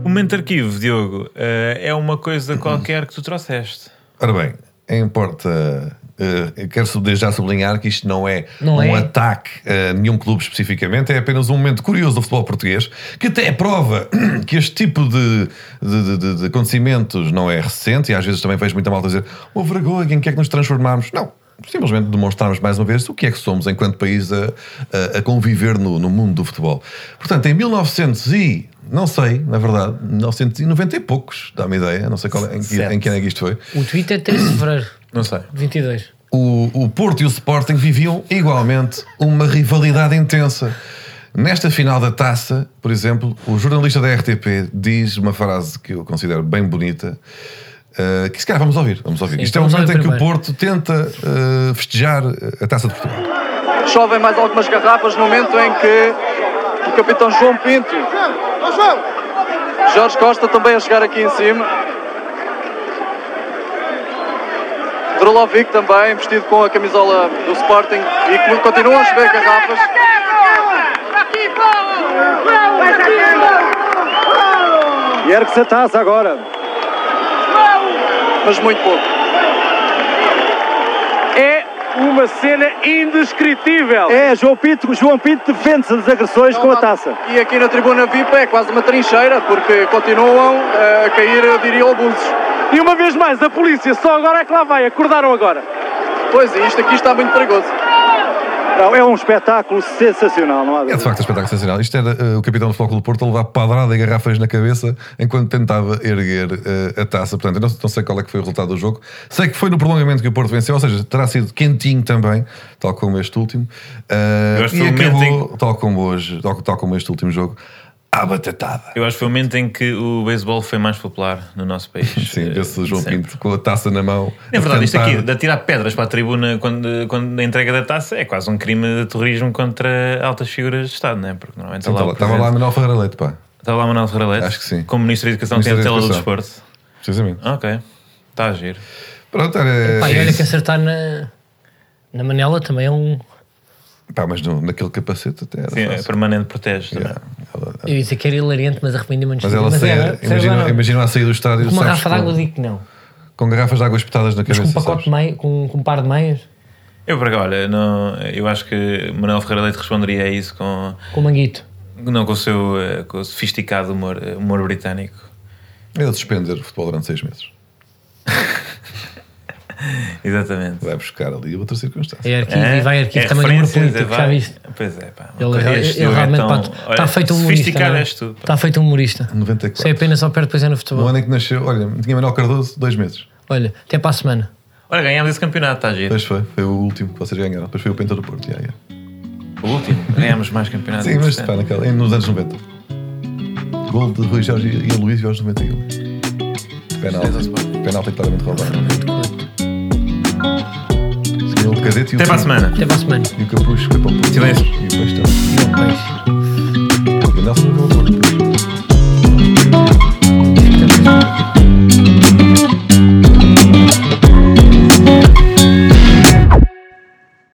Speaker 3: O momento arquivo, Diogo, eh, é uma
Speaker 2: Uhum.
Speaker 3: coisa qualquer que tu trouxeste.
Speaker 2: Ora bem, importa. eh, eu quero sub- desde já sublinhar que isto não é
Speaker 1: Não
Speaker 2: um
Speaker 1: é.
Speaker 2: ataque a nenhum clube especificamente, é apenas um momento curioso do futebol português que até é prova que este tipo de, de- de- de- de acontecimentos não é recente e às vezes também vejo muita malta dizer oh, vergonha, em que é que nos transformámos? Não, simplesmente demonstrarmos mais uma vez o que é que somos enquanto país a, a- a conviver no, no mundo do futebol. Portanto, em 1900 e não sei, na verdade, 1990 e poucos, dá-me ideia, não sei qual é, em, que, em que ano é que isto foi.
Speaker 1: O Twitter 13 de fevereiro
Speaker 3: Não sei.
Speaker 1: de 22.
Speaker 2: O, o Porto e o Sporting viviam igualmente uma rivalidade intensa. Nesta final da taça, por exemplo, o jornalista da RTP diz uma frase que eu considero bem bonita. eh, que se calhar vamos ouvir, vamos ouvir.
Speaker 1: Sim,
Speaker 2: Isto é o
Speaker 1: vamos
Speaker 2: momento em
Speaker 1: ouvir
Speaker 2: que o
Speaker 1: primeiro.
Speaker 2: Porto tenta eh, festejar a taça de Portugal.
Speaker 4: Chovem mais algumas garrafas no momento em que o capitão João Pinto, Jorge Costa também a chegar aqui em cima. Drolovic também, vestido com a camisola do Sporting e que continuam a chover garrafas. E ergue-se a taça agora. Mas muito pouco. É
Speaker 5: uma cena indescritível.
Speaker 6: É, João Pinto, João Pinto defende-se das agressões com a taça.
Speaker 4: E aqui na tribuna VIP é quase uma trincheira, porque continuam eh, a cair, eu diria, obusos.
Speaker 5: E uma vez mais, a polícia só agora é que lá vai, acordaram agora.
Speaker 4: Pois, e isto aqui está muito perigoso.
Speaker 6: Não, é um espetáculo sensacional, não há
Speaker 2: É de
Speaker 6: dúvida.
Speaker 2: facto um espetáculo sensacional. Isto era eh, o capitão do Flóculo do Porto a levar padrada e garrafas na cabeça enquanto tentava erguer eh, a taça. Portanto, eu não, não sei qual é que foi o resultado do jogo. Sei que foi no prolongamento que o Porto venceu, ou seja, terá sido quentinho também, tal como este último. Eh,
Speaker 3: Gosto
Speaker 2: e
Speaker 3: do momento
Speaker 2: acabou, tal como hoje, tal, tal como este último jogo, à batatada.
Speaker 3: Eu acho que foi o momento em que o beisebol foi mais popular no nosso país.
Speaker 2: Sim,
Speaker 3: Eh,
Speaker 2: vê-se João
Speaker 3: sempre.
Speaker 2: Pinto com a taça na mão.
Speaker 3: É
Speaker 2: a
Speaker 3: verdade, isto
Speaker 2: cantar.
Speaker 3: aqui, de atirar pedras para a tribuna quando, quando a entrega da taça é quase um crime de terrorismo contra altas figuras de Estado, não é? Porque normalmente
Speaker 2: Sim,
Speaker 3: está lá,
Speaker 2: Estava
Speaker 3: o
Speaker 2: estava Então,
Speaker 3: presidente-
Speaker 2: lá Manuel Ferreira Leite, pá.
Speaker 3: estava lá Manuel Ferreira Leite,
Speaker 2: Acho que sim.
Speaker 3: como Ministro da Educação, tem a
Speaker 2: Ministro
Speaker 3: tela
Speaker 2: da
Speaker 3: do
Speaker 2: Educação.
Speaker 3: desporto.
Speaker 2: Precisamente.
Speaker 3: Ok, está a giro.
Speaker 2: Pronto, era.
Speaker 1: Pá, e
Speaker 2: é
Speaker 1: olha
Speaker 2: isso.
Speaker 1: que acertar na, na Manela também é um.
Speaker 2: Pá, mas no- naquele capacete até era.
Speaker 3: Sim, é
Speaker 2: Tá fácil.
Speaker 3: permanente protege também.
Speaker 2: Yeah. Ela-
Speaker 1: Eu ia dizer que era hilariante, mas arrependi-me antes
Speaker 2: Mas
Speaker 1: de-
Speaker 2: ela
Speaker 1: era,
Speaker 2: saía,
Speaker 1: sei lá,
Speaker 2: imagina,
Speaker 1: não.
Speaker 2: imagina a sair do estádio
Speaker 1: Com uma
Speaker 2: sabes,
Speaker 1: garrafa d'água digo que não.
Speaker 2: com garrafas de água espetadas na
Speaker 1: Mas
Speaker 2: cabeça.
Speaker 1: com um pacote de
Speaker 2: sabes?
Speaker 1: meia, com, com um par de meias,
Speaker 3: Eu, por acaso, olha, não, eu acho que Manuel Ferreira Leite responderia a isso com,
Speaker 1: com um manguito.
Speaker 3: não, com, o seu, eh, com o sofisticado humor, eh, humor britânico.
Speaker 2: É de suspender o futebol durante seis meses.
Speaker 3: Exatamente.
Speaker 2: Vai buscar ali outra circunstância.
Speaker 1: É arquivo
Speaker 3: É,
Speaker 1: e vai arquivo
Speaker 3: é
Speaker 1: também número
Speaker 3: referências,
Speaker 1: político,
Speaker 3: é,
Speaker 1: já
Speaker 3: vai.
Speaker 1: viste?
Speaker 3: Pois é, pá.
Speaker 1: Ele,
Speaker 3: uma coisa-
Speaker 1: ele,
Speaker 3: este
Speaker 1: ele
Speaker 3: jogo é
Speaker 1: realmente
Speaker 3: tão-
Speaker 1: está
Speaker 3: olha,
Speaker 1: feito um humorista.
Speaker 3: Sofisticado
Speaker 1: não é?
Speaker 3: és tu. pá.
Speaker 1: Está feito um humorista.
Speaker 2: 94.
Speaker 1: Sei apenas ao pé depois é no
Speaker 2: No
Speaker 1: futebol.
Speaker 2: Um ano em que nasceu, olha, tinha Manuel Cardoso dois meses.
Speaker 1: Olha, até para a semana.
Speaker 3: Olha, ganhámos esse campeonato, está giro.
Speaker 2: Depois foi, foi o último que vocês ganharam. Depois foi o Penta do Porto. já, já.
Speaker 3: O último, ganhámos mais campeonatos.
Speaker 2: Sim, mas
Speaker 3: interessante.
Speaker 2: pá, naquela, em- nos anos 90. Gol de Rui Jorge e a Luís aos 91. Penalti. Penalti claramente roubado. Sim, o cadete e o
Speaker 3: Até para a
Speaker 2: primo.
Speaker 3: semana.
Speaker 1: Até para a semana.
Speaker 2: E o capuz foi para o Porto.
Speaker 3: Silêncio.
Speaker 2: E depois está.
Speaker 1: E ao peixe.